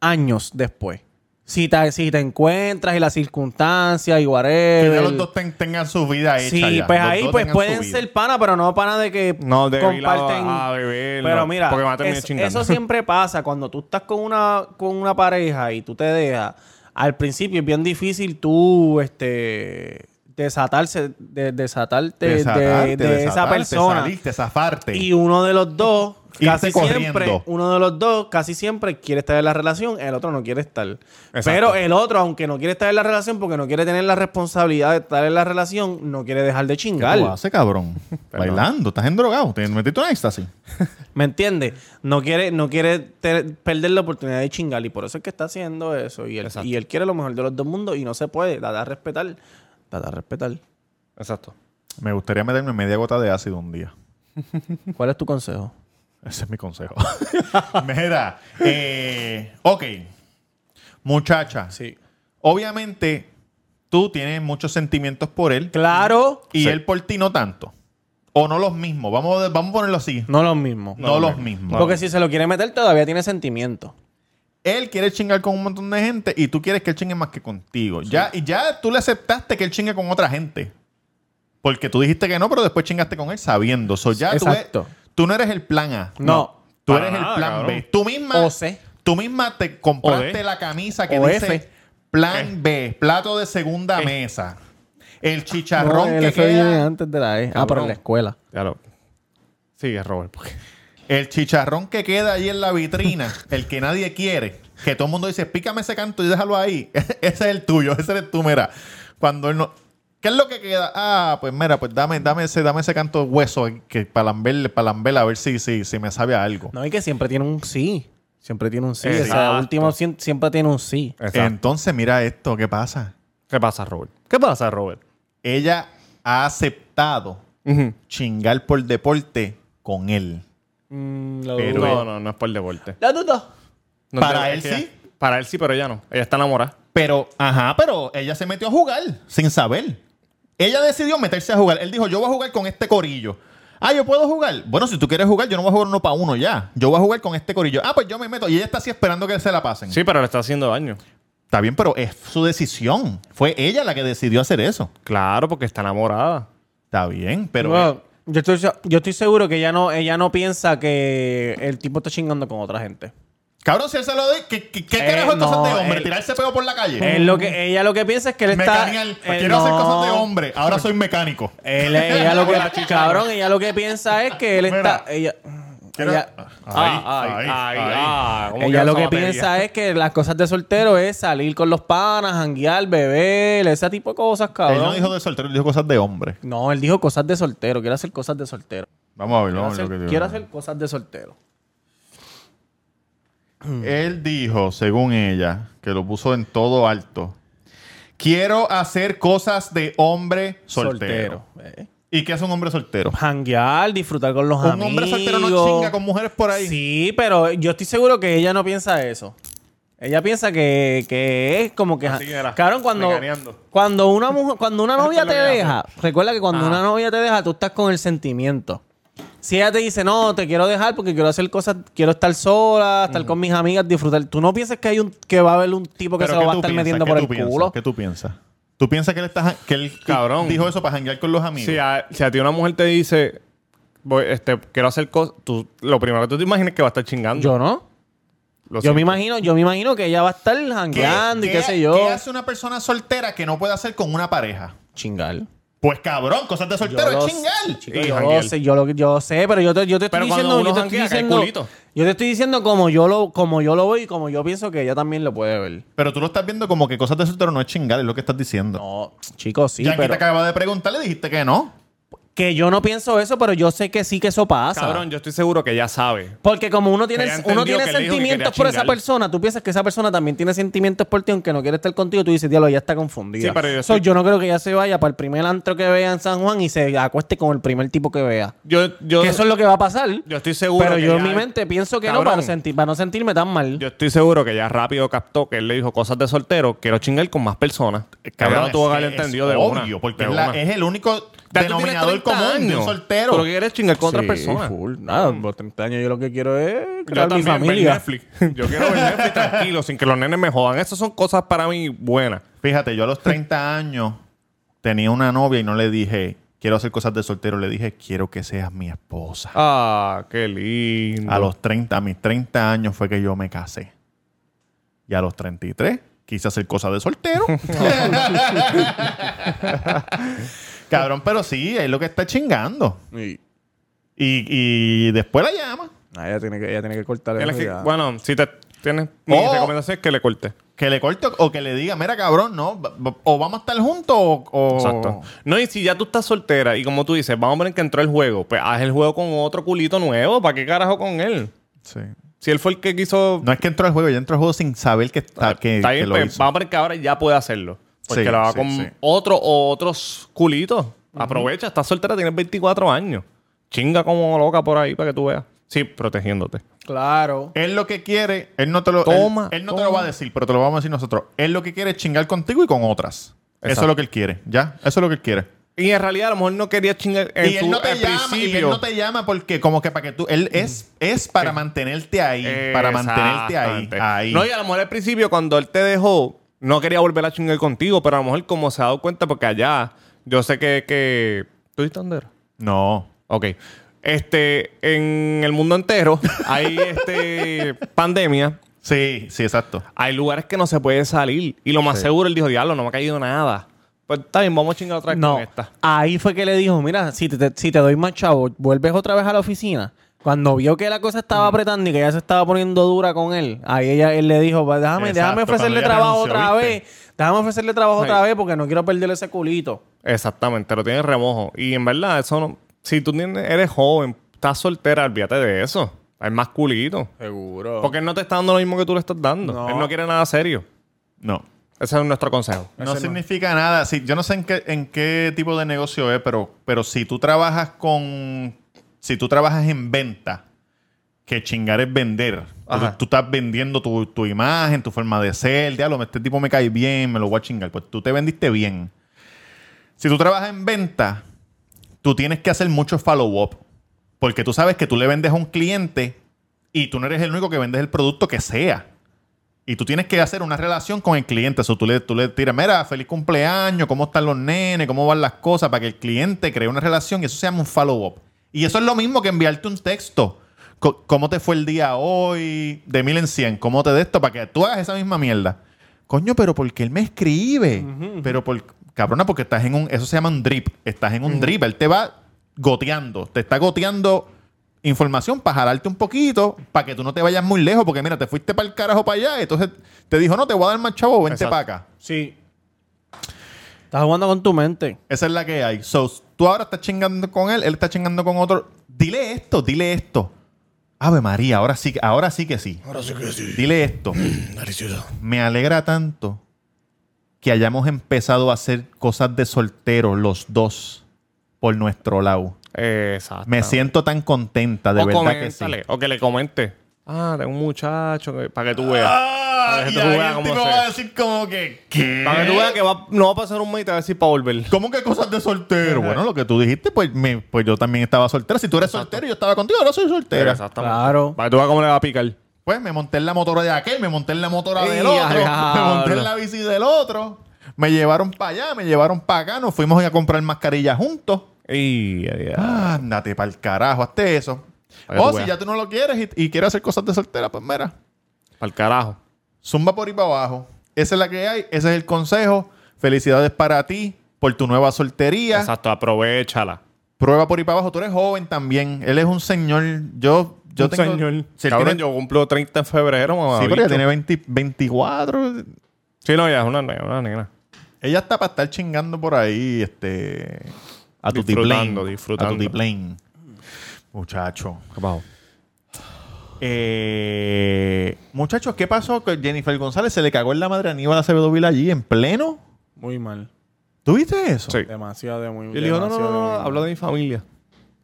C: años después. Si te, si te encuentras y las circunstancias y
A: Que
C: whatever.
A: ya los dos ten- tengan su vida hecha.
C: Sí,
A: ya.
C: pues
A: Los
C: ahí
A: dos
C: pues
A: tengan su
C: pueden
A: vida.
C: ser pana, pero no pana de que
B: No, de ir a-
C: comparten.
B: a beber,
C: pero
B: no,
C: mira,
B: porque van a terminar
C: es-
B: chingando.
C: eso siempre pasa cuando tú estás con una con una pareja y tú te dejas. Al principio es bien difícil tú este desatarse de- desatarte de-
A: Desatarte,
C: de, esa
A: desatarte,
C: persona.
A: Salirte, zafarte.
C: Y uno de los dos
A: Irte
C: casi
A: corriendo.
C: siempre, uno de los dos casi siempre quiere estar en la relación, el otro no quiere estar.
B: Exacto.
C: Pero el otro, aunque no quiere estar en la relación porque no quiere tener la responsabilidad de estar en la relación, no quiere dejar de
A: ¿Qué tú
C: chingar.
A: haces, cabrón?
B: Perdón.
A: Bailando, estás endrogado. Te metiste en éxtasis.
C: ¿Me entiendes? No quiere, no quiere te- perder la oportunidad de chingar y por eso es que está haciendo eso. Y él,
B: Exacto.
C: y él quiere lo mejor de los dos mundos y no se puede. Dada a respetar. Dada a respetar.
B: Exacto.
A: Me gustaría meterme media gota de ácido un día.
C: ¿Cuál es tu consejo?
A: Ese es mi consejo. Mira, eh, ok. Muchacha, obviamente tú tienes muchos sentimientos por él
C: Claro.
A: y
B: Sí.
A: él por ti no tanto. O no los mismos. Vamos, a- vamos a ponerlo así.
C: No lo mismo.
A: No, los mismos.
C: Porque si se lo quiere meter todavía tiene sentimiento.
A: Él quiere chingar con un montón de gente y tú quieres que él chingue más que contigo. Ya, y ya tú le aceptaste que él chingue con otra gente. Porque tú dijiste que no, pero después chingaste con él sabiendo. So, ya tú,
C: Exacto.
A: eres- tú no eres el plan A.
C: No.
A: Tú
B: Para
A: eres el
B: nada,
A: plan
B: cabrón.
A: B. Tú misma,
C: O C.
A: tú misma te
B: O D.
A: compraste la camisa que
C: O
A: dice
C: F.
A: plan B, plato de segunda mesa. El chicharrón que queda,
C: antes de la E. Ah,
B: Cabrón.
C: pero en la escuela.
B: Ya lo. Sigue, Robert. Porque...
A: el chicharrón que queda ahí en la vitrina, el que nadie quiere, que todo el mundo dice, pícame ese canto y déjalo ahí. ese es el tuyo, ese eres tú, mira. Cuando él no ¿Qué es lo que queda? Ah, pues mira, pues dame, dame ese, dame ese canto de hueso que para lamberle, para lamberle a ver si, si, si me sabe a algo.
C: No, y que siempre tiene un sí. Siempre tiene un sí. Esa
B: Exacto.
C: última opción siempre tiene un sí.
B: Exacto.
A: Entonces, mira esto, ¿qué pasa?
B: ¿Qué pasa, Robert? ¿Qué pasa, Robert?
A: Ella ha aceptado chingar por deporte con él. Pero
B: no,
A: él-
B: no, no es por deporte.
C: La duda.
B: No
A: Para
B: te-
A: él
B: es que
A: sí.
B: ella- Para él sí, pero ella no. Ella está enamorada.
A: Pero, ajá, pero ella se metió a jugar sin saber. Ella decidió meterse a jugar. Él dijo, yo voy a jugar con este corillo. Ah, yo puedo jugar. Bueno, si tú quieres jugar, yo no voy a jugar uno para uno ya. Yo voy a jugar con este corillo. Ah, pues yo me meto. Y ella está así esperando que se la pasen.
B: Sí, pero le está haciendo daño.
A: Está bien, pero es su decisión. Fue ella la que decidió hacer eso.
B: Claro, porque está enamorada.
A: Está bien, pero... eh,
C: Wow. Yo estoy, se- yo estoy seguro que ella no, ella no piensa que el tipo está chingando con otra gente.
A: Cabrón, si él se lo doy, ¿qué, qué, qué
C: Eh,
A: carajo entonces
C: no,
A: de hombre?
C: él-
A: ¿Tirarse peo por la calle?
C: Él lo que, ella lo que piensa es que él está.
A: Mecanial.
C: eh,
A: Quiero hacer
C: no. Eh,
A: cosas de hombre. Ahora soy mecánico.
C: Él- ella lo que, cabrón, ella lo que piensa es que él está. Ella,
A: Quiero-
C: ella- Ah,
B: ah, ¿cómo
C: Ella lo
B: esa
C: que
B: batería?
C: piensa es que las cosas de soltero es salir con los panas, janguear, beber, ese tipo de cosas,
A: Él no
C: cabrón.
A: dijo de soltero, él dijo cosas de hombre.
C: No, él dijo cosas de soltero. Quiere hacer cosas de soltero.
A: Vamos a ver,
C: Quiere,
A: vamos a ver
C: hacer,
A: lo que dijo.
C: quiere hacer cosas de soltero.
A: Mm. Él dijo, según ella, que lo puso en todo alto. Quiero hacer cosas de hombre soltero.
C: Soltero, eh.
A: ¿Y qué es un hombre soltero?
C: Janguear, disfrutar con los
A: Un
C: amigos.
A: hombre soltero no chinga con mujeres por ahí.
C: Sí, pero yo estoy seguro que ella no piensa eso. Ella piensa que, que es como que...
B: Así era,
C: Cabrón, cuando,
B: mecaneando.
C: cuando una mujer, cuando una novia
B: Esto
C: te
B: es lo que
C: deja, recuerda que cuando
B: Ajá.
A: Ah.
C: una novia te deja, tú estás con el sentimiento. Si ella te dice, no, te quiero dejar porque quiero hacer cosas, quiero estar sola, estar con mis amigas, disfrutar. Tú no piensas que hay un que va a haber un tipo que
A: Pero
C: se lo
A: ¿qué
C: va a
A: tú
C: estar
A: piensas?
C: metiendo
A: ¿Qué
C: por
A: tú
C: el
A: piensas?
C: culo.
A: ¿Qué tú piensas? ¿Tú piensas que él, está, que él
B: Cabrón.
A: dijo eso para janguear con los amigos?
B: Si a, si a ti una mujer te dice, voy, este, quiero hacer cosas, tú, lo primero que tú te imaginas es que va a estar chingando.
C: Yo no.
B: Lo
C: Yo
B: siento.
C: me imagino, yo me imagino que ella va a estar jangueando y qué sé yo.
A: ¿Qué hace una persona soltera que no puede hacer con una pareja?
C: Chingar.
A: Pues cabrón, cosas de
C: Yo
A: soltero
C: lo
A: es
C: sé,
A: chingar.
C: chico,
B: Y
C: yo,
B: janguear.
C: sé, yo, lo, yo sé, pero yo te, yo te estoy
B: Pero cuando
C: diciendo,
B: uno
C: yo te estoy
B: janguea, que hay
C: diciendo,
B: culito.
C: yo te estoy diciendo como yo lo, como yo lo veo y como yo pienso que ella también lo puede ver.
A: Pero tú lo estás viendo como que cosas de soltero no es chingar, es lo que estás diciendo.
C: No, chicos, sí,
A: ya que te
C: pero
A: acababa de preguntar, le dijiste que no.
C: que yo no pienso eso, pero yo sé que sí que eso pasa.
B: Cabrón, yo estoy seguro que ella sabe.
C: Porque como uno tiene,
B: Que haya
C: uno
B: entendido
C: tiene
B: que le dijo que
C: sentimientos
B: quería
C: por esa
B: chingar.
C: persona, tú piensas que esa persona también tiene sentimientos por ti, aunque no quiere estar contigo, tú dices, diablo, ella está confundida.
B: Sí, pero yo
C: So,
B: estoy-
C: yo no creo que ella se vaya para el primer antro que vea en San Juan y se acueste con el primer tipo que vea.
B: Yo, yo,
C: Que eso es lo que va a pasar.
B: yo estoy seguro.
C: Pero
B: que
C: yo en
B: ella-
C: mi mente pienso que no
B: Cabrón,
C: para, sentir, para no sentirme tan mal.
B: Yo estoy seguro que ella rápido captó que él le dijo cosas de soltero, quiero chingar con más personas. Eh, Cabrón, no
A: es
B: tuvo que
A: que
B: haber
A: es
B: entendido de
A: obvio,
B: una.
A: porque
B: de
A: es, la-
B: una.
A: es el único
B: Ya tú tienes
A: denominador
B: 30
A: común de un
B: años,
A: soltero.
B: Pero que quieres chingar con otras
C: Sí,
B: personas.
C: full. Nada, por 30 años yo lo que quiero es
B: Yo
C: crear mi
B: también ver
C: familia.
B: Netflix. Yo quiero ver Netflix tranquilo, sin que los nenes me jodan. Esas son cosas para mí buenas.
A: Fíjate, yo a los 30 años tenía una novia y no le dije, quiero hacer cosas de soltero, le dije, quiero que seas mi esposa.
B: Ah, qué lindo.
A: A los 30, a mis 30 años fue que yo me casé. Y a los 33 quise hacer cosas de soltero. Cabrón, pero sí, es lo que está chingando.
C: Y-
A: Y, y después la llama.
C: Ah, ella, tiene que, ella tiene que cortar
B: Él
C: eso
B: es que-
C: ya.
B: bueno, si te tienes mi
A: Oh.
B: recomendación es que le cortes.
A: Que le corte o que le diga, mira cabrón, no, va- va- o vamos a estar juntos o... o-
B: Exacto. Oh. No, y si ya tú estás soltera y como tú dices, vamos a poner que entró el juego, pues haz el juego con otro culito nuevo. ¿Para qué carajo con él?
A: Sí.
B: Si él fue el que quiso.
A: No es que entró al juego, ya entró al juego sin saber que está... Que,
B: está bien,
A: que lo
B: pues,
A: hizo.
B: vamos a poner que ahora ya puede hacerlo. Porque
A: Sí,
B: lo haga
A: sí,
B: con
A: sí.
B: otro o otros culitos. Aprovecha, estás soltera, tienes 24 años. Chinga como loca por ahí para que tú veas. Sí, protegiéndote.
C: Claro.
A: Él lo que quiere, él no te lo, él-
B: Toma,
A: él, no te lo
B: toma.
A: va a decir, pero te lo vamos a decir nosotros. Él lo que quiere es chingar contigo y con otras. Eso
B: Exacto.
A: es lo que él quiere, ¿ya? Eso es lo que él quiere.
B: Y en realidad a lo mejor no quería chingar en
A: y
B: su-
A: él no te
B: al
A: llama, y él
B: principio. Mm.
A: no te llama porque como que para que tú él es es para mantenerte ahí, para mantenerte ahí,
B: Exactamente.
A: ahí.
B: No, y a lo mejor al principio, cuando él te dejó, no quería volver a chingar contigo, pero a lo mejor como se ha dado cuenta, porque allá, yo sé que. que... ¿Tú diste dónde era?
A: No.
B: Ok. Este, en el mundo entero hay este pandemia.
A: Sí, sí, exacto.
B: Hay lugares que no se puede salir. Y lo más seguro, él dijo, diablo, no me ha caído nada. Pues está bien, vamos a chingar otra vez
C: No,
B: con esta.
C: ahí fue que le dijo, mira, si te, si te doy más chavo, vuelves otra vez a la oficina. Cuando vio que la cosa
B: Mm.
C: estaba apretando y que ya se estaba poniendo dura con él, ahí ella, él le dijo, "Va, déjame,
A: Exacto,
C: déjame ofrecerle
A: cuando ella
C: trabajo
A: renunció,
C: otra
A: ¿viste?
C: vez. Déjame ofrecerle trabajo
B: Sí.
C: otra vez porque no quiero perderle ese culito.
B: Exactamente, lo tienes remojo. Y en verdad, eso no. Si tú tienes- eres joven, estás soltera, olvídate de eso. Hay más culito.
C: Seguro.
B: Porque él no te está dando lo mismo que tú le estás dando.
C: No.
B: Él no quiere nada serio.
A: No.
B: Ese es nuestro consejo.
A: No significa nada. Sí, yo no sé en qué, en qué tipo de negocio es, pero, pero si tú trabajas con. Si tú trabajas en venta, que chingar es vender.
B: Ajá.
A: Tú, tú estás vendiendo tu, tu imagen, tu forma de ser. Diablo, este tipo me cae bien, me lo voy a chingar. Pues tú te vendiste bien. Si tú trabajas en venta, tú tienes que hacer mucho follow-up. Porque tú sabes que tú le vendes a un cliente y tú no eres el único que vendes el producto que sea. Y tú tienes que hacer una relación con el cliente. Eso tú le, tú le tiras, mira, feliz cumpleaños, cómo están los nenes, cómo van las cosas, para que el cliente cree una relación y eso se llama un follow-up. Y eso es lo mismo que enviarte un texto. Co- ¿Cómo te fue el día hoy? De mil en cien. ¿Cómo te de esto? Para que tú hagas esa misma mierda. Coño, pero porque él me escribe? Pero por... Cabrona, porque estás en un... Eso se llama un drip. Estás en un drip. Él te va goteando. Te está goteando información para jalarte un poquito, para que tú no te vayas muy lejos, porque mira, te fuiste para el carajo para allá, entonces te dijo, no, te voy a dar más chavo, vente
B: Exacto.
A: para acá.
C: Sí. Estás jugando con tu mente.
A: Esa es la que hay. So, tú ahora estás chingando con él, él está chingando con otro. Dile esto, dile esto. Ave María, ahora sí, que- ahora sí que sí. Ahora sí que sí. Dile esto. Me alegra tanto que hayamos empezado a hacer cosas de soltero los dos por nuestro lado.
B: Exacto.
A: Me siento tan contenta, de
B: o
A: verdad
B: coméntale,
A: que sí.
B: O que le comente. Ah, tengo un muchacho que- para que tú veas.
A: Ah,
B: Para que
A: y
B: tú
A: ahí
B: veas
A: el
B: cómo
A: tipo
B: se-
A: va a decir como que, ¿qué?
B: Para que tú veas que va- no va a pasar un mes y te va a decir para volver.
A: ¿Cómo que cosas de soltero? Bueno, lo que tú dijiste, pues, me- pues yo también estaba soltera. Si tú eres soltero, yo estaba contigo, ahora soy soltera.
B: Exactamente.
C: Claro.
B: Para que tú veas cómo le va a picar.
A: Pues me monté en la motora de aquel, me monté en la motora
C: Ey,
A: del otro,
C: ajá.
A: me monté en la bici del otro. Me llevaron para allá, me llevaron para acá, nos fuimos a comprar mascarillas juntos.
B: Y, ya, ya.
A: Ándate para el carajo, hazte eso.
B: Para que
A: O
B: tú
A: si
B: veas.
A: ya tú no lo quieres y, y quieres hacer cosas de soltera, pues mira,
B: Pa'l carajo.
A: zumba por ahí para abajo. Esa es la que hay, ese es el consejo. Felicidades para ti por tu nueva soltería.
B: Exacto, aprovechala.
A: Prueba por ahí para abajo. Tú eres joven también. Él es un señor. Yo, yo
B: Un
A: tengo.
B: señor.
A: Si él
B: Cabrón,
A: tiene-
B: yo cumplo 30 en febrero, mamá.
A: sí, pero ella
B: bicho.
A: tiene 20 24.
B: Sí, no, ya es una, nena, una nena.
A: Ella está para estar chingando por ahí, este. A tu
B: Disfrutando,
A: tiplane.
B: disfrutando.
A: A tu tiplane. Muchacho.
B: ¿Qué pasó?
A: Eh, muchachos, ¿qué pasó? Que Jennifer González se le cagó en la madre a Aníbal Acevedo Vila allí en pleno.
C: Muy mal.
A: ¿Tuviste eso?
B: Sí.
C: Demasiado de muy
B: Y le dijo, no, no, no,
C: demasiado
B: no,
C: de muy-
B: habla de mi familia.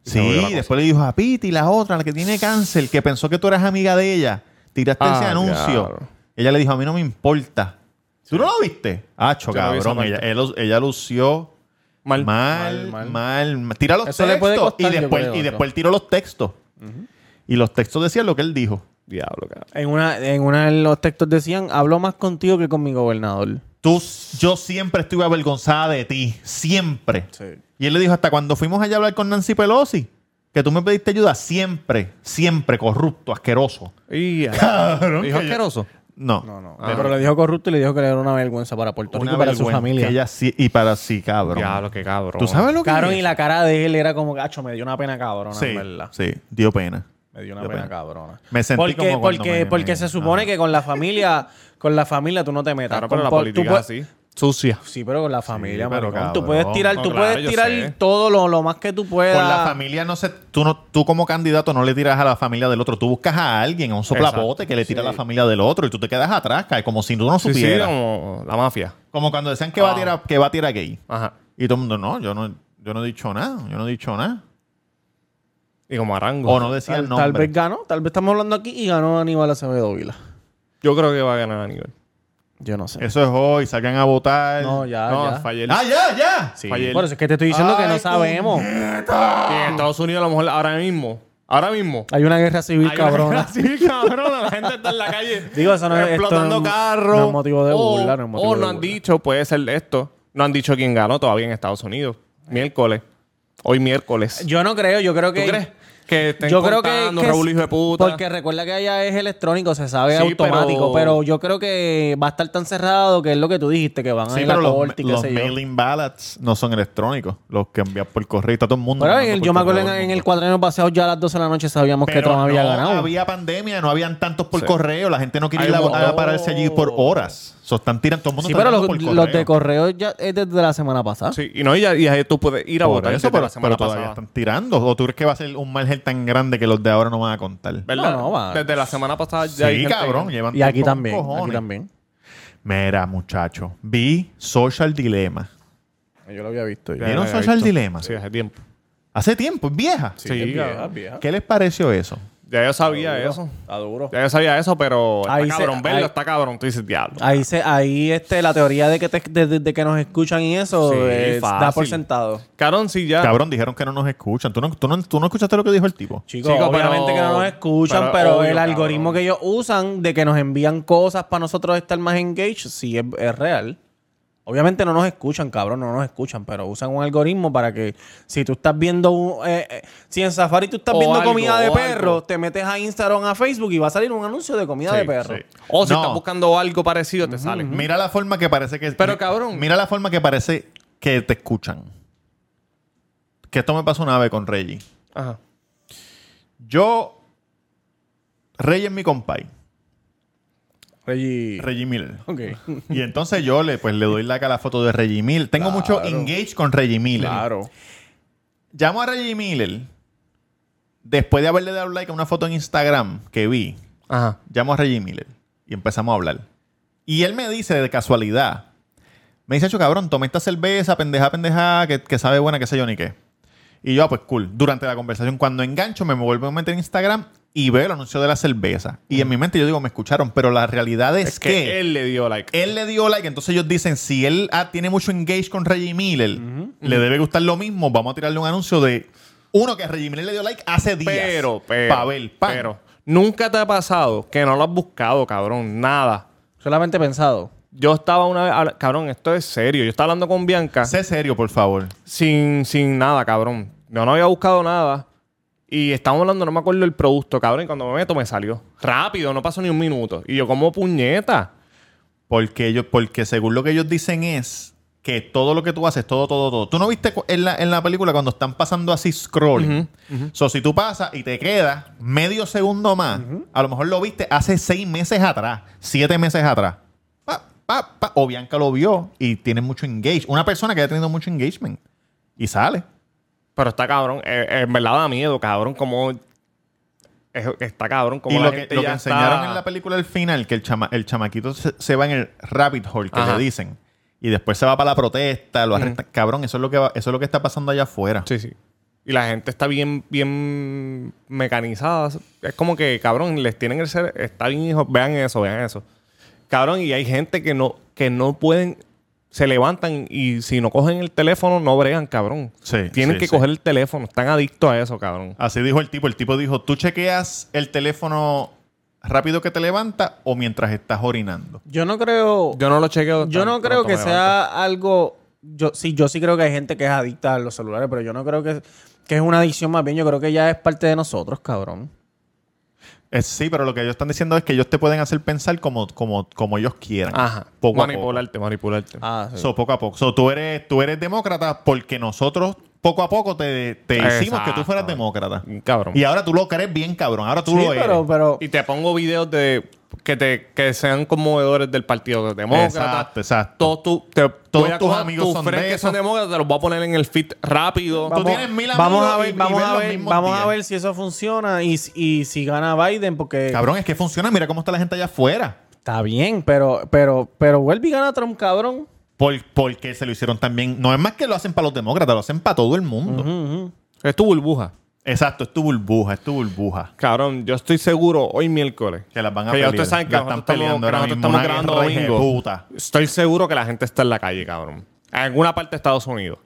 A: Sí,
B: Se jodió la cosa.
A: después le dijo a Piti, la otra, la que tiene cáncer, que pensó que tú eras amiga de ella. Tiraste
B: Ah,
A: ese anuncio.
B: claro.
A: Ella le dijo, a mí no me importa. ¿Tú no lo viste? Acho,
B: Yo no vi esa
A: cabrón.
B: parte.
A: Ella, él- ella lució mal,
B: Mal.
A: mal,
C: Mal,
A: mal. Tira los
C: Eso le
A: textos.
C: puede costar,
A: y
C: yo
A: después,
C: creo,
A: y
C: otro.
A: después él tiró los textos. Y los textos decían lo que él dijo.
B: Diablo, cabrón.
C: En una, en una de los textos decían, hablo más contigo que con mi gobernador.
A: Tú, yo siempre estuve avergonzada de ti. Siempre.
C: Sí.
A: Y él le dijo, hasta cuando fuimos allá a hablar con Nancy Pelosi, que tú me pediste ayuda, siempre, siempre, corrupto, asqueroso.
B: Y Dijo asqueroso.
A: No.
C: No, no.
A: Ah.
C: Pero le dijo corrupto y le dijo que le era una vergüenza para Puerto
A: Una
C: Rico y para su
A: vergüenza.
C: familia.
A: Que ella sí- y para sí, cabrón.
B: Diablo, qué cabrón.
A: ¿Tú sabes lo que
C: Cabrón,
A: es?
C: y la cara de él era como, gacho, me dio una pena cabrona,
A: Sí,
C: en verdad.
A: sí, dio pena.
C: Me dio una
A: Dio
C: pena,
A: pena.
C: cabrona.
A: Me sentí
C: porque,
A: como cuando
C: porque,
A: me-
C: porque
A: me- ah.
C: se supone
A: ajá.
C: que con la familia, con la familia tú no te metas.
B: Claro,
C: Con-
B: pero la
C: por-
B: política
C: tú
B: es
C: puedes-
B: así. Sucia.
C: Sí, pero con la familia,
A: Sí, pero
C: maricón.
A: cabrón.
C: Tú puedes tirar,
B: No,
C: tú
B: claro,
C: puedes
B: yo
C: tirar
B: sé.
C: todo lo, lo más que tú puedas.
A: Con la familia no se... Tú, no, tú como candidato no le tiras a la familia del otro. Tú buscas a alguien, a un soplapote que le tira a la familia del otro y tú te quedas atrás, cae, como si tú no
B: Sí, sí,
A: supieras. como...
B: como la mafia.
A: cuando decían que va a tirar, que va a tirar gay.
B: Ajá.
A: Y todo el mundo, no, yo no, yo no he dicho nada, yo no he dicho nada.
B: Y como arango.
A: O no decía el
C: Tal,
A: nombre.
C: tal vez ganó, tal vez estamos hablando aquí y ganó Aníbal Acevedo Vila.
B: Yo creo que va a ganar a nivel.
C: Yo no sé.
A: Eso es hoy, salgan a votar.
C: No, ya,
B: no,
C: ya.
B: fallé.
A: ¡Ah, ya, ya!
B: Sí.
C: Por eso es que te estoy diciendo que no
A: Ay,
C: sabemos.
B: Y en Estados Unidos, a lo mejor ahora mismo. Ahora mismo.
C: Hay una guerra civil
B: hay una
C: cabrona.
B: guerra civil, cabrona. La gente está en la calle.
C: Digo, eso no es- esto
B: Explotando
C: no es-
B: carros.
C: no es motivo de burla,
B: O
C: no
B: no,
C: es motivo de
B: han
C: burla.
B: dicho, puede ser esto. No han dicho quién ganó todavía en Estados Unidos. Miércoles. Hoy miércoles.
C: Yo no creo, yo creo
B: ¿Tú
C: que.
B: crees? Que estén
C: yo creo que,
B: contando,
C: que
B: Raúl,
C: sí,
B: hijo de puta.
C: Porque recuerda que allá es electrónico, se sabe
B: Sí,
C: automático,
B: pero-
C: pero... yo creo que va a estar tan cerrado que es lo que tú dijiste, que van a
A: Sí,
C: ir a
A: pero
C: la
A: los,
C: corte y qué
A: los
C: sé yo.
A: mailing ballots no son electrónicos. Los que envían por correo. Está todo el mundo.
C: Pero en
A: mandando
C: el-
A: por
C: yo me
A: correo
C: acuerdo en,
A: todo
C: en
A: mundo.
C: el cuadreno pasado ya a las 12 de la noche sabíamos que
A: Pero
C: Trump había
A: no
C: ganado.
A: había pandemia, no habían tantos por
B: Sí.
A: correo. La gente no quería
B: Hay
A: ir a,
B: un
A: votar,
B: montón.
A: a pararse allí por horas. So, están tirando todo el mundo.
C: Sí,
A: está
C: pero los,
A: tirando por
C: los de correo ya es desde la semana pasada.
B: Sí, y no, y, ya- y ya tú puedes ir a
A: Por
B: votar
A: eso,
B: desde
A: pero,
B: la semana
A: pero todavía
B: pasada.
A: están tirando. ¿O tú crees que va a ser un margen tan grande que los de ahora no van a contar?
B: ¿Verdad?
C: No, no, va.
B: Desde la semana pasada ya hay
A: sí,
B: gente
A: cabrón.
B: que-
A: llevan
C: Y aquí
A: tiempo con
C: también, aquí
A: cojones.
C: también.
A: Mira, muchacho. Vi Social Dilemma.
C: Yo lo había visto.
B: Ya
A: ¿Vieron
B: lo había
A: Social
B: visto.
A: Dilemma?
B: Sí, hace tiempo.
A: Hace tiempo, es vieja.
B: Sí, ya,
A: ¿Qué les pareció eso?
B: ya yo sabía eso.
C: Está duro.
B: Ya yo sabía eso, pero está
C: Ahí se-
B: cabrón verlo,
C: ahí-
B: está cabrón. Tú dices, diablo.
C: Ahí, se, ahí este, la teoría de que, te- de, de- de que nos escuchan y eso
B: Sí,
C: eh, da por
B: fácil.
C: sentado.
B: Cabrón, sí, ya.
A: Cabrón, dijeron que no nos escuchan. ¿Tú no, tú no- tú no escuchaste lo que dijo el tipo?
C: Chicos,
B: Chico,
C: obviamente
B: pero-
C: que no nos escuchan,
B: pero
C: pero,
B: obvio,
C: el
B: cabrón.
C: algoritmo que ellos usan de que nos envían cosas para nosotros estar más engaged, sí es, es real. Obviamente no nos escuchan, cabrón, no nos escuchan, pero usan un algoritmo para que si tú estás viendo, un- eh, eh, si en Safari tú estás
B: O
C: viendo
B: algo,
C: comida de
B: o
C: perro,
B: algo.
C: te metes a Instagram, a Facebook y va a salir un anuncio de comida
B: Sí,
C: de perro.
B: sí. O si
A: No. Mm,
B: estás buscando algo parecido, te sale.
A: Mira la forma que parece que.
B: Pero,
A: mi-
B: cabrón.
A: Mira la forma que parece que te escuchan. Que esto me pasó una vez con Reggie.
B: Ajá.
A: Yo. Reggie es mi compay.
C: Reggie.
A: Reggie Miller.
C: Ok.
A: Y entonces yo le, pues, le doy like a la foto de Reggie Miller. Tengo mucho engage con Reggie Miller.
C: Claro.
A: Llamo a Reggie Miller. Después de haberle dado like a una foto en Instagram que vi.
B: Ajá.
A: Llamo a Reggie Miller y empezamos a hablar. Y él me dice de casualidad, me dice, "Acho, cabrón, tomé esta cerveza, pendeja, pendeja, que, que sabe buena, qué sé yo ni qué. Y yo, "Ah, pues cool. Durante la conversación, cuando engancho, me vuelvo a meter en Instagram y veo el anuncio de la cerveza. Y en mi mente yo digo, me escucharon, pero la realidad es,
B: Es
A: que,
B: que él le dio like.
A: él le dio like, entonces ellos dicen, si él ah, tiene mucho engage con Reggie Miller, le debe gustar lo mismo, vamos a tirarle un anuncio de uno que Reggie Miller le dio like hace días.
B: Pero, pero.
A: Pa' ver, pan.
B: Pero. Nunca te ha pasado que no lo has buscado, cabrón. Nada.
C: Solamente pensado.
B: Yo estaba una vez, habla- cabrón, esto es serio. Yo estaba hablando con Bianca
A: Sé serio, por favor.
B: sin, sin nada, cabrón. Yo no había buscado nada. Y estábamos hablando, no me acuerdo el producto, cabrón. Y cuando me meto me salió. Rápido, no pasó ni un minuto. Y yo, como puñeta.
A: Porque ellos, porque según lo que ellos dicen es que todo lo que tú haces, todo, todo, todo. Tú no viste cu- en la, en la película cuando están pasando así scrolling. So, si tú pasas y te quedas medio segundo más, a lo mejor lo viste hace seis meses atrás, siete meses atrás. Pa, pa, pa. O Bianca lo vio y tiene mucho engagement. Una persona que haya tenido mucho engagement. Y sale.
B: Pero está cabrón. Eh, eh, en verdad da miedo, cabrón. Como. es- está cabrón. Como
A: y
B: la
A: lo que,
B: gente
A: lo
B: ya
A: que enseñaron
B: está-
A: en la película al final, que el, chama- el chamaquito se, se va en el rabbit hole que
B: Ajá.
A: le dicen. Y después se va para la protesta, lo arrestan. Cabrón, eso es lo que va- eso es lo que está pasando allá afuera.
B: Sí, sí. Y la gente está bien, bien mecanizada. Es como que, cabrón, les tienen el ser. Está bien, hijos. Vean eso, vean eso. Cabrón, y hay gente que no, que no pueden. Se levantan y si no cogen el teléfono, no bregan, cabrón.
A: Sí,
B: Tienen
A: sí,
B: que
A: sí.
B: coger el teléfono. Están adictos a eso, cabrón.
A: Así dijo el tipo. El tipo dijo, ¿tú chequeas el teléfono rápido que te levanta o mientras estás orinando?
C: Yo no creo.
B: Yo no lo chequeo.
C: Yo no
B: tanto,
C: creo
B: tanto
C: que
B: me levanto.
C: sea algo. Yo sí, yo sí creo que hay gente que es adicta a los celulares, pero yo no creo que, que es una adicción más bien. Yo creo que ya es parte de nosotros, cabrón.
A: Eh, sí, pero lo que ellos están diciendo es que ellos te pueden hacer pensar como, como, como ellos quieran.
B: Ajá.
A: Poco a poco.
B: manipularte, manipularte.
C: Ah, sí.
A: So, poco a poco. So, tú, eres, tú eres demócrata porque nosotros poco a poco te, te hicimos que tú fueras
B: Exacto.
A: demócrata.
B: Cabrón.
A: Y ahora tú lo crees bien, cabrón. Ahora tú
C: Sí,
A: lo eres.
C: pero, pero
B: Y te pongo videos de que te que sean conmovedores del partido de demócrata.
A: Exacto, exacto.
B: Todos, tu- te- voy a
A: tus
B: coger
A: amigos son
B: friends
A: de
B: que son
A: esos.
B: demócratas, te los voy a poner en el feed rápido.
A: Tú tienes mil amigos
C: vamos a
A: y-
C: ver,
A: y
C: vamos
A: ves
C: a
A: los
C: ver,
A: mismos
C: vamos
A: días.
C: a ver si eso funciona y, si- y si gana Biden, porque
A: Cabrón, es que funciona. Mira cómo está la gente allá afuera.
C: está bien, pero, pero, pero vuelve y gana Trump, cabrón.
A: Por- porque se lo hicieron también. No es más que lo hacen para los demócratas, lo hacen para todo el mundo.
B: Es tu burbuja.
A: Exacto, es tu burbuja, es tu burbuja.
B: Cabrón, yo estoy seguro hoy miércoles.
A: Que las van a
B: Que ya
A: pelear.
B: ustedes saben que
A: La
B: nosotros
A: están
B: estamos-
A: peleando ahora mismo.
B: que nosotros estamos
A: Una
B: grabando
A: guerra de
B: domingo.
A: puta.
B: Estoy seguro que la gente está en la calle, cabrón. En alguna parte de Estados Unidos.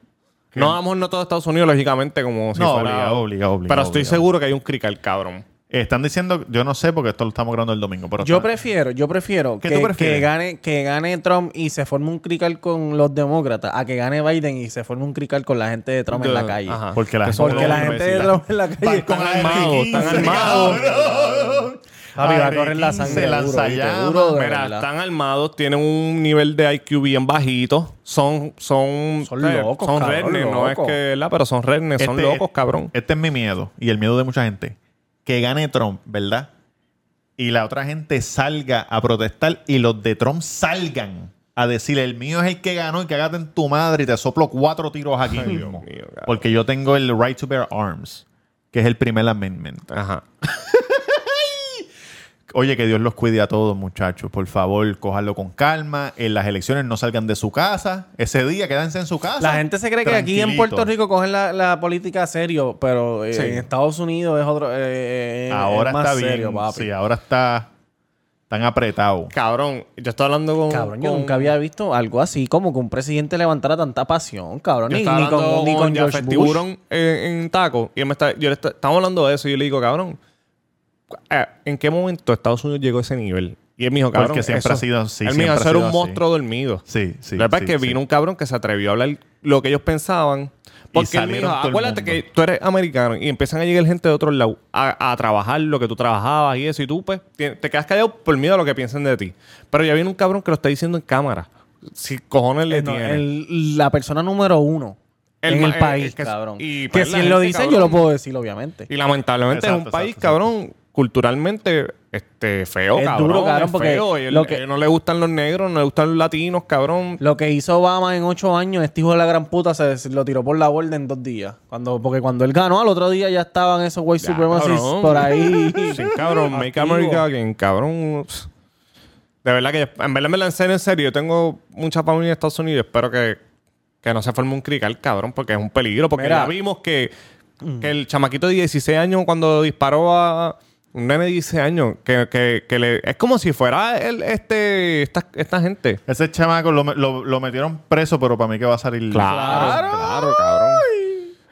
B: No vamos no todo Estados Unidos, lógicamente, como si
A: No,
B: fuera-
A: obligado, obligado, obligado,
B: Pero estoy
A: obligado.
B: seguro que hay un crical, cabrón.
A: Están diciendo, yo no sé porque esto lo estamos grabando el domingo. Pero
C: Yo
A: está-
C: prefiero, yo prefiero
A: ¿Qué
C: que,
A: tú prefieres?
C: que gane, que gane Trump y se forme un crical con los demócratas, a que gane Biden y se forme un crical con la gente de Trump en la
B: Yo-
C: calle.
B: ajá.
A: Porque la
B: Que
A: gente-
B: son
C: Porque
A: Con
C: la
A: los
C: gente de
A: imbéciles.
C: Trump en la calle
A: Van con
C: están
A: la
B: armados, están
A: R15,
B: armados.
A: cabrón.
C: Papi, va a correr la
A: R15,
C: sangre duro,
A: lanzallamas.
C: ¿viste? Duro, de
B: Mira,
C: verdad.
B: están armados, tienen un nivel de IQ bien bajito. Son, son,
C: Son
B: ¿sabes?
C: locos,
B: son
C: cabrón,
B: rednecks, no es
C: locos.
B: que, ¿verdad? Pero son rednecks, son
A: Este-
B: locos, cabrón.
A: Este es mi miedo y el miedo de mucha gente. Que gane Trump, ¿verdad? Y la otra gente salga a protestar y los de Trump salgan a decir el mío es el que ganó y que en tu madre y te soplo cuatro tiros aquí mismo.
B: mío, cabrón.
A: Porque yo tengo el right to bear arms, que es el primer amendment.
B: Ajá.
A: Oye, que Dios los cuide a todos, muchachos. Por favor, cójanlo con calma. En las elecciones no salgan de su casa. Ese día quédense en su casa.
C: La gente se cree que aquí en
A: Tranquilito.
C: Puerto Rico cogen la, la política serio, pero eh,
B: Sí.
C: en Estados Unidos es otro. eh, eh,
A: Ahora
C: es más
A: está bien.
C: serio, papi.
A: Sí, ahora está tan apretado.
B: Cabrón, yo estaba hablando con.
C: Cabrón, yo
B: con-
C: nunca había visto algo así, como que un presidente levantara tanta pasión, cabrón.
B: Yo
C: Ni,
B: estaba
C: ni con,
B: hablando
C: ni con
B: Jafet
C: George Bush.
B: Tiburón eh, en, taco. Y él me está, yo le está- estamos hablando de eso. Y yo le digo, cabrón, eh, ¿en qué momento Estados Unidos llegó a ese nivel? Y él me dijo, cabrón.
A: Porque siempre
B: eso-
A: ha sido así,
B: Él me
A: siempre
B: dijo,
A: ha
B: eso
A: sido
B: era un
A: así.
B: monstruo dormido.
A: Sí, sí,
B: La verdad
A: sí,
B: es que
A: sí.
B: vino un cabrón que se atrevió a hablar lo que ellos pensaban. Porque él me
A: salieron
B: dijo,
A: todo el
B: acuérdate
A: mundo".
B: que tú eres americano y empiezan a llegar gente de otro lado a, a trabajar lo que tú trabajabas y eso. Y tú, pues, ti- te quedas callado por miedo a lo que piensen de ti. Pero ya viene un cabrón que lo está diciendo en cámara. Si cojones le
C: Eh, no,
B: tiene.
C: el- la persona número uno
B: El
C: en
B: ma-
C: el
B: eh,
C: país,
B: es que-
C: cabrón.
B: y
C: que
B: pues
C: si
B: la
C: él lo
B: gente,
C: dice,
B: cabrón.
C: yo lo puedo decir, obviamente.
B: Y lamentablemente es un
A: Exacto,
B: país,
A: exacto,
B: cabrón, culturalmente este, feo,
C: Es
B: cabrón.
C: duro, cabrón,
B: es
C: porque
B: feo. Y el-
C: lo que-
B: eh, no le gustan los negros, no le gustan los latinos, cabrón.
C: Lo que hizo Obama en ocho años, este hijo de la gran puta se se lo tiró por la borda en dos días. Cuando, porque cuando él ganó, al otro día ya estaban esos white
B: Ya,
C: supremacists
B: cabrón.
C: por ahí.
B: Sí, cabrón. Make
C: Activo.
B: America again, cabrón. Pss. De verdad que en verdad me lancé en serio. Yo tengo mucha familia en Estados Unidos. Espero que, que no se forme un crical, cabrón, porque es un peligro. Porque
C: Mira.
B: ya
C: Mm.
B: vimos que, que el chamaquito de 16 años cuando disparó a un nene de 16 años, que, que, que le, es como si fuera el, este, esta, esta gente.
A: Ese chamaco lo, lo- lo metieron preso, pero para mí que va a salir.
B: Claro, claro, cabrón.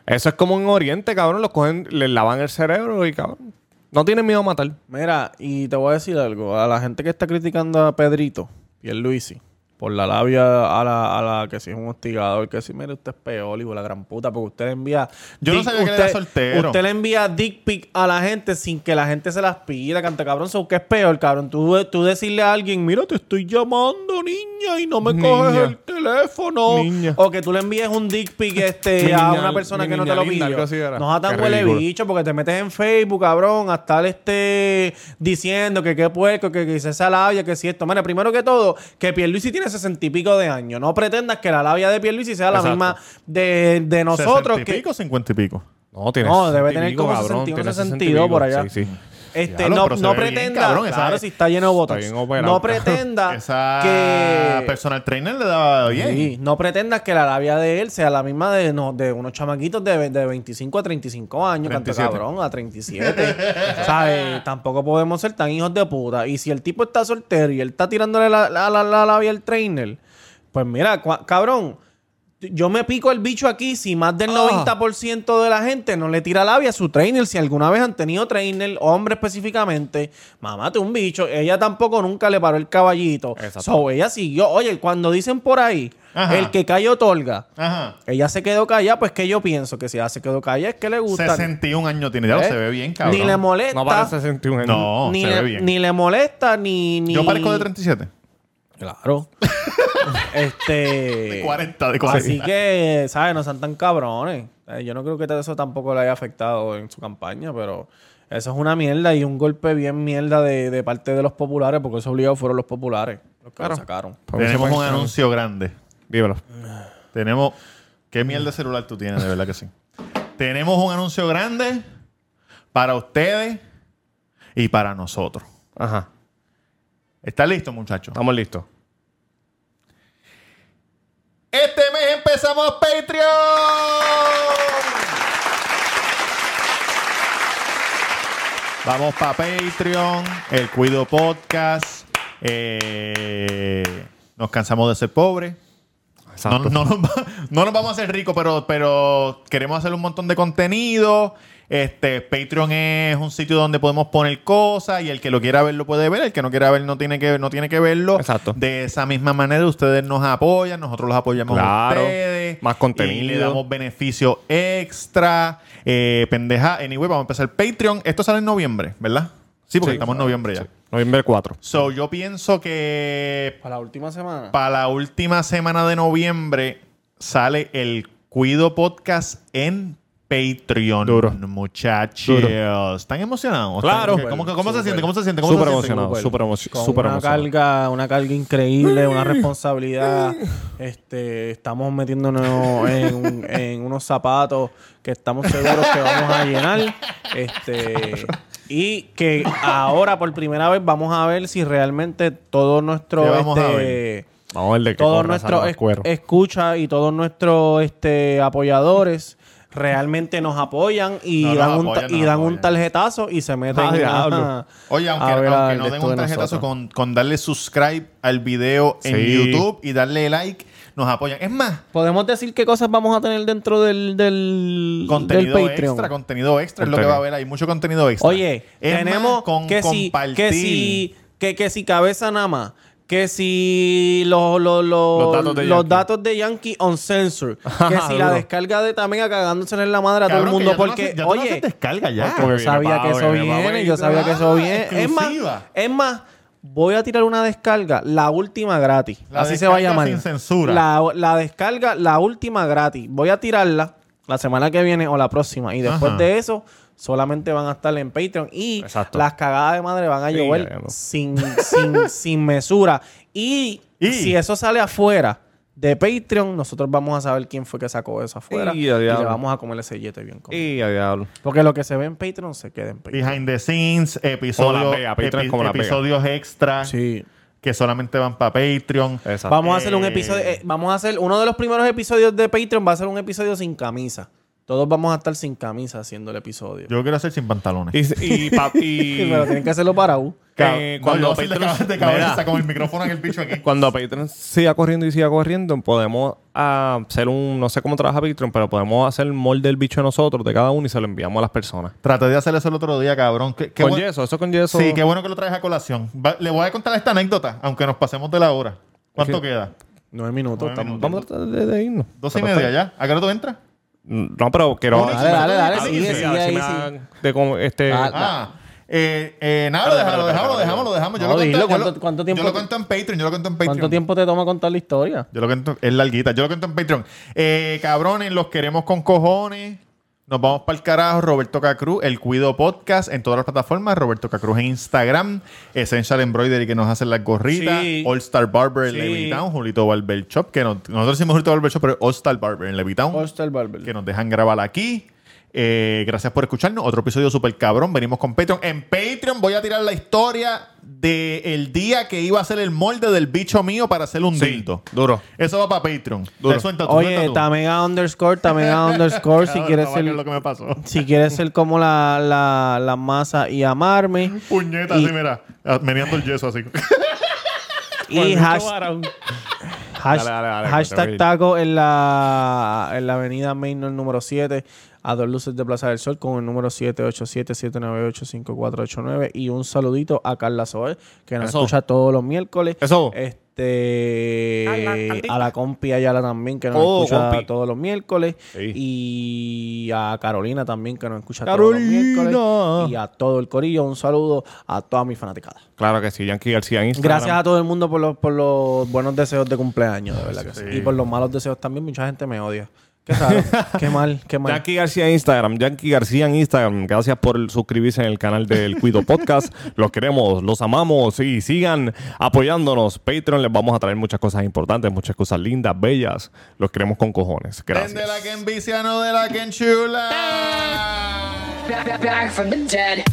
B: Eso es como en Oriente, cabrón. Los cogen, les lavan el cerebro y, cabrón, no tienen miedo a matar.
C: Mira, y te voy a decir algo. A la gente que está criticando a Pedrito y el Luisi, por la labia a la, a la que si es un hostigador, que si mire usted es peor, hijo de la gran puta, porque usted le envía.
A: Yo no
C: dick-
A: sabía que él
C: usted-
A: era soltero.
C: Usted le envía dick pic a la gente sin que la gente se las pida, canta cabrón. So, ¿Qué es peor, cabrón? Tú, tú decirle a alguien, mira, te estoy llamando, niña, y no me
B: Niña.
C: coges el teléfono.
B: Niña.
C: O que tú le envíes un dick pic este,
B: Mi
C: a
B: niña-
C: una persona
B: mi
C: que no te
B: niña
C: lo
B: linda,
C: pidió.
B: algo así era.
C: No, tan
B: Qué
C: huele
B: ridículo.
C: bicho, porque te metes en Facebook, cabrón, a estar este, diciendo que qué puerco, que, que se esa labia, que si esto. Mira, primero que todo, que Pierluisi tiene sesenta y pico de años. No pretendas que la labia de Pierluisi sea la
B: Exacto.
C: misma de, de nosotros.
A: ¿60 y
C: Que,
A: pico, 50 y pico.
B: No, tiene
C: No, debe
B: 60 y
C: tener
B: pico,
C: como
B: cabrón,
C: 61,
B: tiene 60 y
C: 62
B: pico.
C: por allá.
B: Sí, sí.
C: Este,
A: Diablo,
C: no
A: pero se
C: no
A: ve bien,
C: pretenda,
A: cabrón, esa-
C: claro, si está lleno de botox.
B: bien operado.
C: No pretenda
A: Esa
C: Ah, que
A: personal trainer le daba bien.
C: Sí, no pretendas que la labia de él sea la misma de, no, de unos chamaquitos de, ve- de 25 a 35 años, tanto
A: 37.
C: cabrón, a 37. ¿Sabes? eh, Tampoco podemos ser tan hijos de puta. Y si el tipo está soltero y él está tirándole la, la- la- la labia al trainer, pues mira, cua- cabrón, yo me pico el bicho aquí si más
A: Ah.
C: del 90% de la gente no le tira labia a su trainer. Si alguna vez han tenido trainer, hombre específicamente, mamate un bicho. Ella tampoco nunca le paró el caballito.
B: Exacto.
C: So, ella siguió. Oye, cuando dicen por ahí,
A: Ajá.
C: el que calla otorga.
A: Ajá.
C: Ella se quedó callada, pues que yo pienso que si ella se quedó callada es que le gusta.
A: 61 años tiene. Ya lo
C: ¿Eh?
A: se ve bien, cabrón.
C: Ni le molesta.
B: No parece 61 años.
A: No,
C: ni,
A: se
C: le,
A: ve bien.
C: ni le molesta, ni, ni-
A: Yo parezco de 37.
C: Claro. este.
A: 40, de 40.
C: Así que, ¿sabes? No sean tan cabrones. Eh, Yo no creo que eso tampoco le haya afectado en su campaña, pero eso es una mierda y un golpe bien mierda de, de parte de los populares, porque eso obligado fueron los populares los que
B: Claro.
C: lo sacaron.
B: Por eso
A: Tenemos
B: fue-
A: un anuncio grande.
B: Dímelo.
A: Tenemos. ¿Qué mierda de celular tú tienes? De verdad que sí. Tenemos un anuncio grande para ustedes y para nosotros.
B: Ajá.
A: ¿Están listos, muchachos?
B: Estamos listos.
A: Este mes empezamos Patreon. Vamos para Patreon, el Cuido Podcast. Eh, nos cansamos de ser pobres. No,
B: Exacto.
A: no nos va- no nos vamos a hacer ricos, pero, pero queremos hacer un montón de contenido. Este, Patreon es un sitio donde podemos poner cosas y el que lo quiera ver lo puede ver, el que no quiera ver no tiene que, no tiene que verlo.
B: Exacto.
A: De esa misma manera, ustedes nos apoyan, nosotros los apoyamos
B: Claro.
A: a ustedes.
B: Más contenido.
A: Y le damos beneficio extra. Eh, pendeja. Anyway, vamos a empezar Patreon. Esto sale en noviembre, ¿verdad? Sí, porque
B: Sí.
A: estamos en noviembre ya.
B: Noviembre 4.
A: So, yo pienso que
C: Para la última semana.
A: para la última semana de noviembre sale el Cuido Podcast en Patreon.
B: Duro.
A: Muchachos.
B: Duro.
A: ¿Están emocionados?
B: Claro.
A: ¿Están- ¿Cómo, cómo se
C: Súper.
A: siente? ¿Cómo se siente? ¿Cómo
B: Súper
A: se siente?
B: emocionado. Súper
C: con
B: emocionado. Súper
C: una
B: emocionado.
C: carga, una carga increíble, una responsabilidad. Este, estamos metiéndonos en, en unos zapatos que estamos seguros que vamos a llenar. Este, y que ahora por primera vez vamos a ver si realmente todo nuestro
A: ¿Qué vamos a
C: este,
A: ver?
B: Vamos a ver de qué
C: todos
B: corre
C: nuestros
B: esa
C: es-
B: cuero.
C: escucha y todos nuestros este, apoyadores realmente nos apoyan y
A: No, nos
C: dan, un, ta-
A: apoyan, nos
C: y dan un
A: apoyan.
C: tarjetazo y se meten
B: Ah,
C: a-
B: diablo.
A: Oye, aunque,
C: a ver
A: aunque
C: al
A: no
C: de
A: den
C: esto de
A: un tarjetazo
C: nosotros.
A: con, con darle subscribe al video en
B: Sí.
A: YouTube y darle like, nos apoyan. Es más,
C: Podemos decir qué cosas vamos a tener dentro del, del,
A: contenido
C: del Patreon.
A: extra, contenido extra es lo que
B: Contenido.
A: va a haber. Hay mucho contenido extra.
C: Oye,
A: Es más,
C: tenemos
A: con
C: que, si,
A: compartir.
C: que si que, que si cabeza nada más, que si los, los, los-
B: Los datos de
C: los
B: Yankee.
C: datos de Yankee on censor, que si la
B: Duro.
C: descarga de Tamega cagándose en la madre a
A: Cabrón,
C: todo el
A: que
C: mundo
A: ya tú no
C: porque
A: haces- ya tú no
C: oye,
A: haces descarga ya.
B: Porque
C: yo
B: viene
C: sabía
B: pavo,
C: que eso
B: viene pavo,
C: viene,
B: viene
C: yo sabía que eso
A: pavo.
C: viene. Es más,
A: Exclusiva.
C: es más Voy a tirar una descarga, la última gratis.
A: La
C: Así se va a
A: descarga
C: llamar.
A: sin censura.
C: La, la descarga, la última gratis. Voy a tirarla la semana que viene o la próxima. Y después
A: Ajá.
C: de eso, solamente van a estar en Patreon. Y
B: Exacto.
C: las cagadas de madre van a
B: Sí,
C: llover
B: ya, ya lo-
C: sin, sin, sin mesura. Y,
A: Y-
C: si eso sale afuera de Patreon, nosotros vamos a saber quién fue que sacó eso afuera.
B: Y
C: Y,
B: ya,
C: le
B: diablo.
C: vamos a comer ese yete bien comido.
B: Y a diablo.
C: Porque lo que se ve en Patreon se queda en Patreon.
A: Behind the scenes, episodios,
B: pega, Patreon es
A: epi-
B: como la pega.
A: episodios extra
C: Sí.
A: que solamente van para Patreon.
B: Exacto.
C: Vamos a hacer un
A: Eh.
C: episodio. eh, vamos a hacer uno de los primeros episodios de Patreon. Va a ser un episodio sin camisa. Todos vamos a estar sin camisa haciendo el episodio.
A: Yo quiero hacer sin pantalones.
B: Y, eh, y, pa- y-
C: Pero tienen que hacerlo para U.
B: eh,
A: No,
B: cuando
A: yo sí te acabas de
B: Patreon,
A: cabeza
B: Mira,
A: con el micrófono en el bicho aquí.
B: cuando Patreon siga corriendo y siga corriendo, podemos ah, hacer un, no sé cómo trabaja Patreon, pero podemos hacer el molde del bicho de nosotros, de cada uno, y se lo enviamos a las personas.
A: Traté de hacer eso el otro día, cabrón. Qué- qué
B: con
A: buen-
B: yeso, eso con yeso.
A: Sí, qué bueno que lo traes a colación. Va- le voy a contar esta anécdota, aunque nos pasemos de la hora. ¿Cuánto queda?
C: Nueve minutos.
A: Nueve
C: estamos-
A: minutos.
B: Vamos a tratar de, de irnos.
A: Doce y media ya. ¿A qué hora tú entras?
B: No, pero quiero.
A: Dale,
C: Dale, dale, dale.
B: Sí,
C: Sigue,
B: sí, a ver
C: sigue
B: si me
C: ahí, Ah, sí.
B: dan de como- este,
C: Ah,
A: Ah, eh, eh, nada, lo dejamos, lo dejamos, lo dejamos, lo dejamos. Yo
C: No,
A: lo cuento-
C: dilo,
A: yo lo-
C: ¿cuánto- cuánto tiempo
A: Yo lo
C: te-
A: cuento en Patreon, yo lo cuento en Patreon.
C: ¿Cuánto tiempo te toma contar la historia?
A: Yo lo cuento, es larguita. Yo lo cuento en Patreon. Eh, cabrones, los queremos con cojones. Nos vamos para el carajo. Roberto Cacruz, el Cuido Podcast en todas las plataformas. Roberto Cacruz en Instagram. Essential Embroidery que nos hacen las gorritas.
B: Sí.
A: All Star Barber en
B: Sí.
A: Levitown. Julito Barber Shop. Que no- nosotros hicimos Julito Barber Shop, pero All Star Barber en Levitown. Que nos dejan grabar aquí. Eh, gracias por escucharnos. Otro episodio super cabrón. Venimos con Patreon. En Patreon voy a tirar la historia del día que iba a hacer el molde del bicho mío para hacer un
B: Sí,
A: dildo.
B: duro.
A: Eso va para Patreon.
B: Duro.
A: Dale, suelta tú, suelta
C: Oye,
A: tú.
C: Tamega underscore, Tamega underscore, si
A: Cabrón,
C: quieres
A: no va a
C: ser...
A: creer lo que me pasó.
C: Si quieres ser como la, la, la masa y amarme.
A: Puñeta,
C: Y-
A: así, mira. ah, Meneando el yeso así.
C: Y has- hash-
B: Dale, dale, dale, cuéntame,
C: hashtag
B: Bill.
C: taco en la, en la avenida Mainor número 7, a dos luces de Plaza del Sol, con el número 787-798-5489. Y un saludito a Carla Soel, que nos
B: Eso.
C: escucha todos los miércoles.
B: Eso.
C: Este,
B: A la Carlita.
C: a la compi Ayala también, que nos
B: Oh,
C: escucha
B: compi.
C: todos los miércoles.
B: Sí.
C: Y a Carolina también, que nos escucha todos los
B: Carolina.
C: miércoles. Y a todo el corillo, un saludo a toda mi fanaticada.
B: Claro que sí, Yankee García en Instagram.
C: Gracias a todo el mundo por los, por los buenos deseos de cumpleaños, de verdad que sí.
A: Sí.
C: Y por los malos deseos también, mucha gente me odia. Qué raro, qué mal, qué mal.
B: Yankee García en Instagram, Yankee García en Instagram. Gracias por suscribirse en el canal del Cuido Podcast. Los queremos, los amamos y sigan apoyándonos. Patreon les vamos a traer muchas cosas importantes, muchas cosas lindas, bellas. Los queremos con cojones. Gracias.
A: Ven de la que envicia, no de la que enchula.
D: Back, back, back from the dead.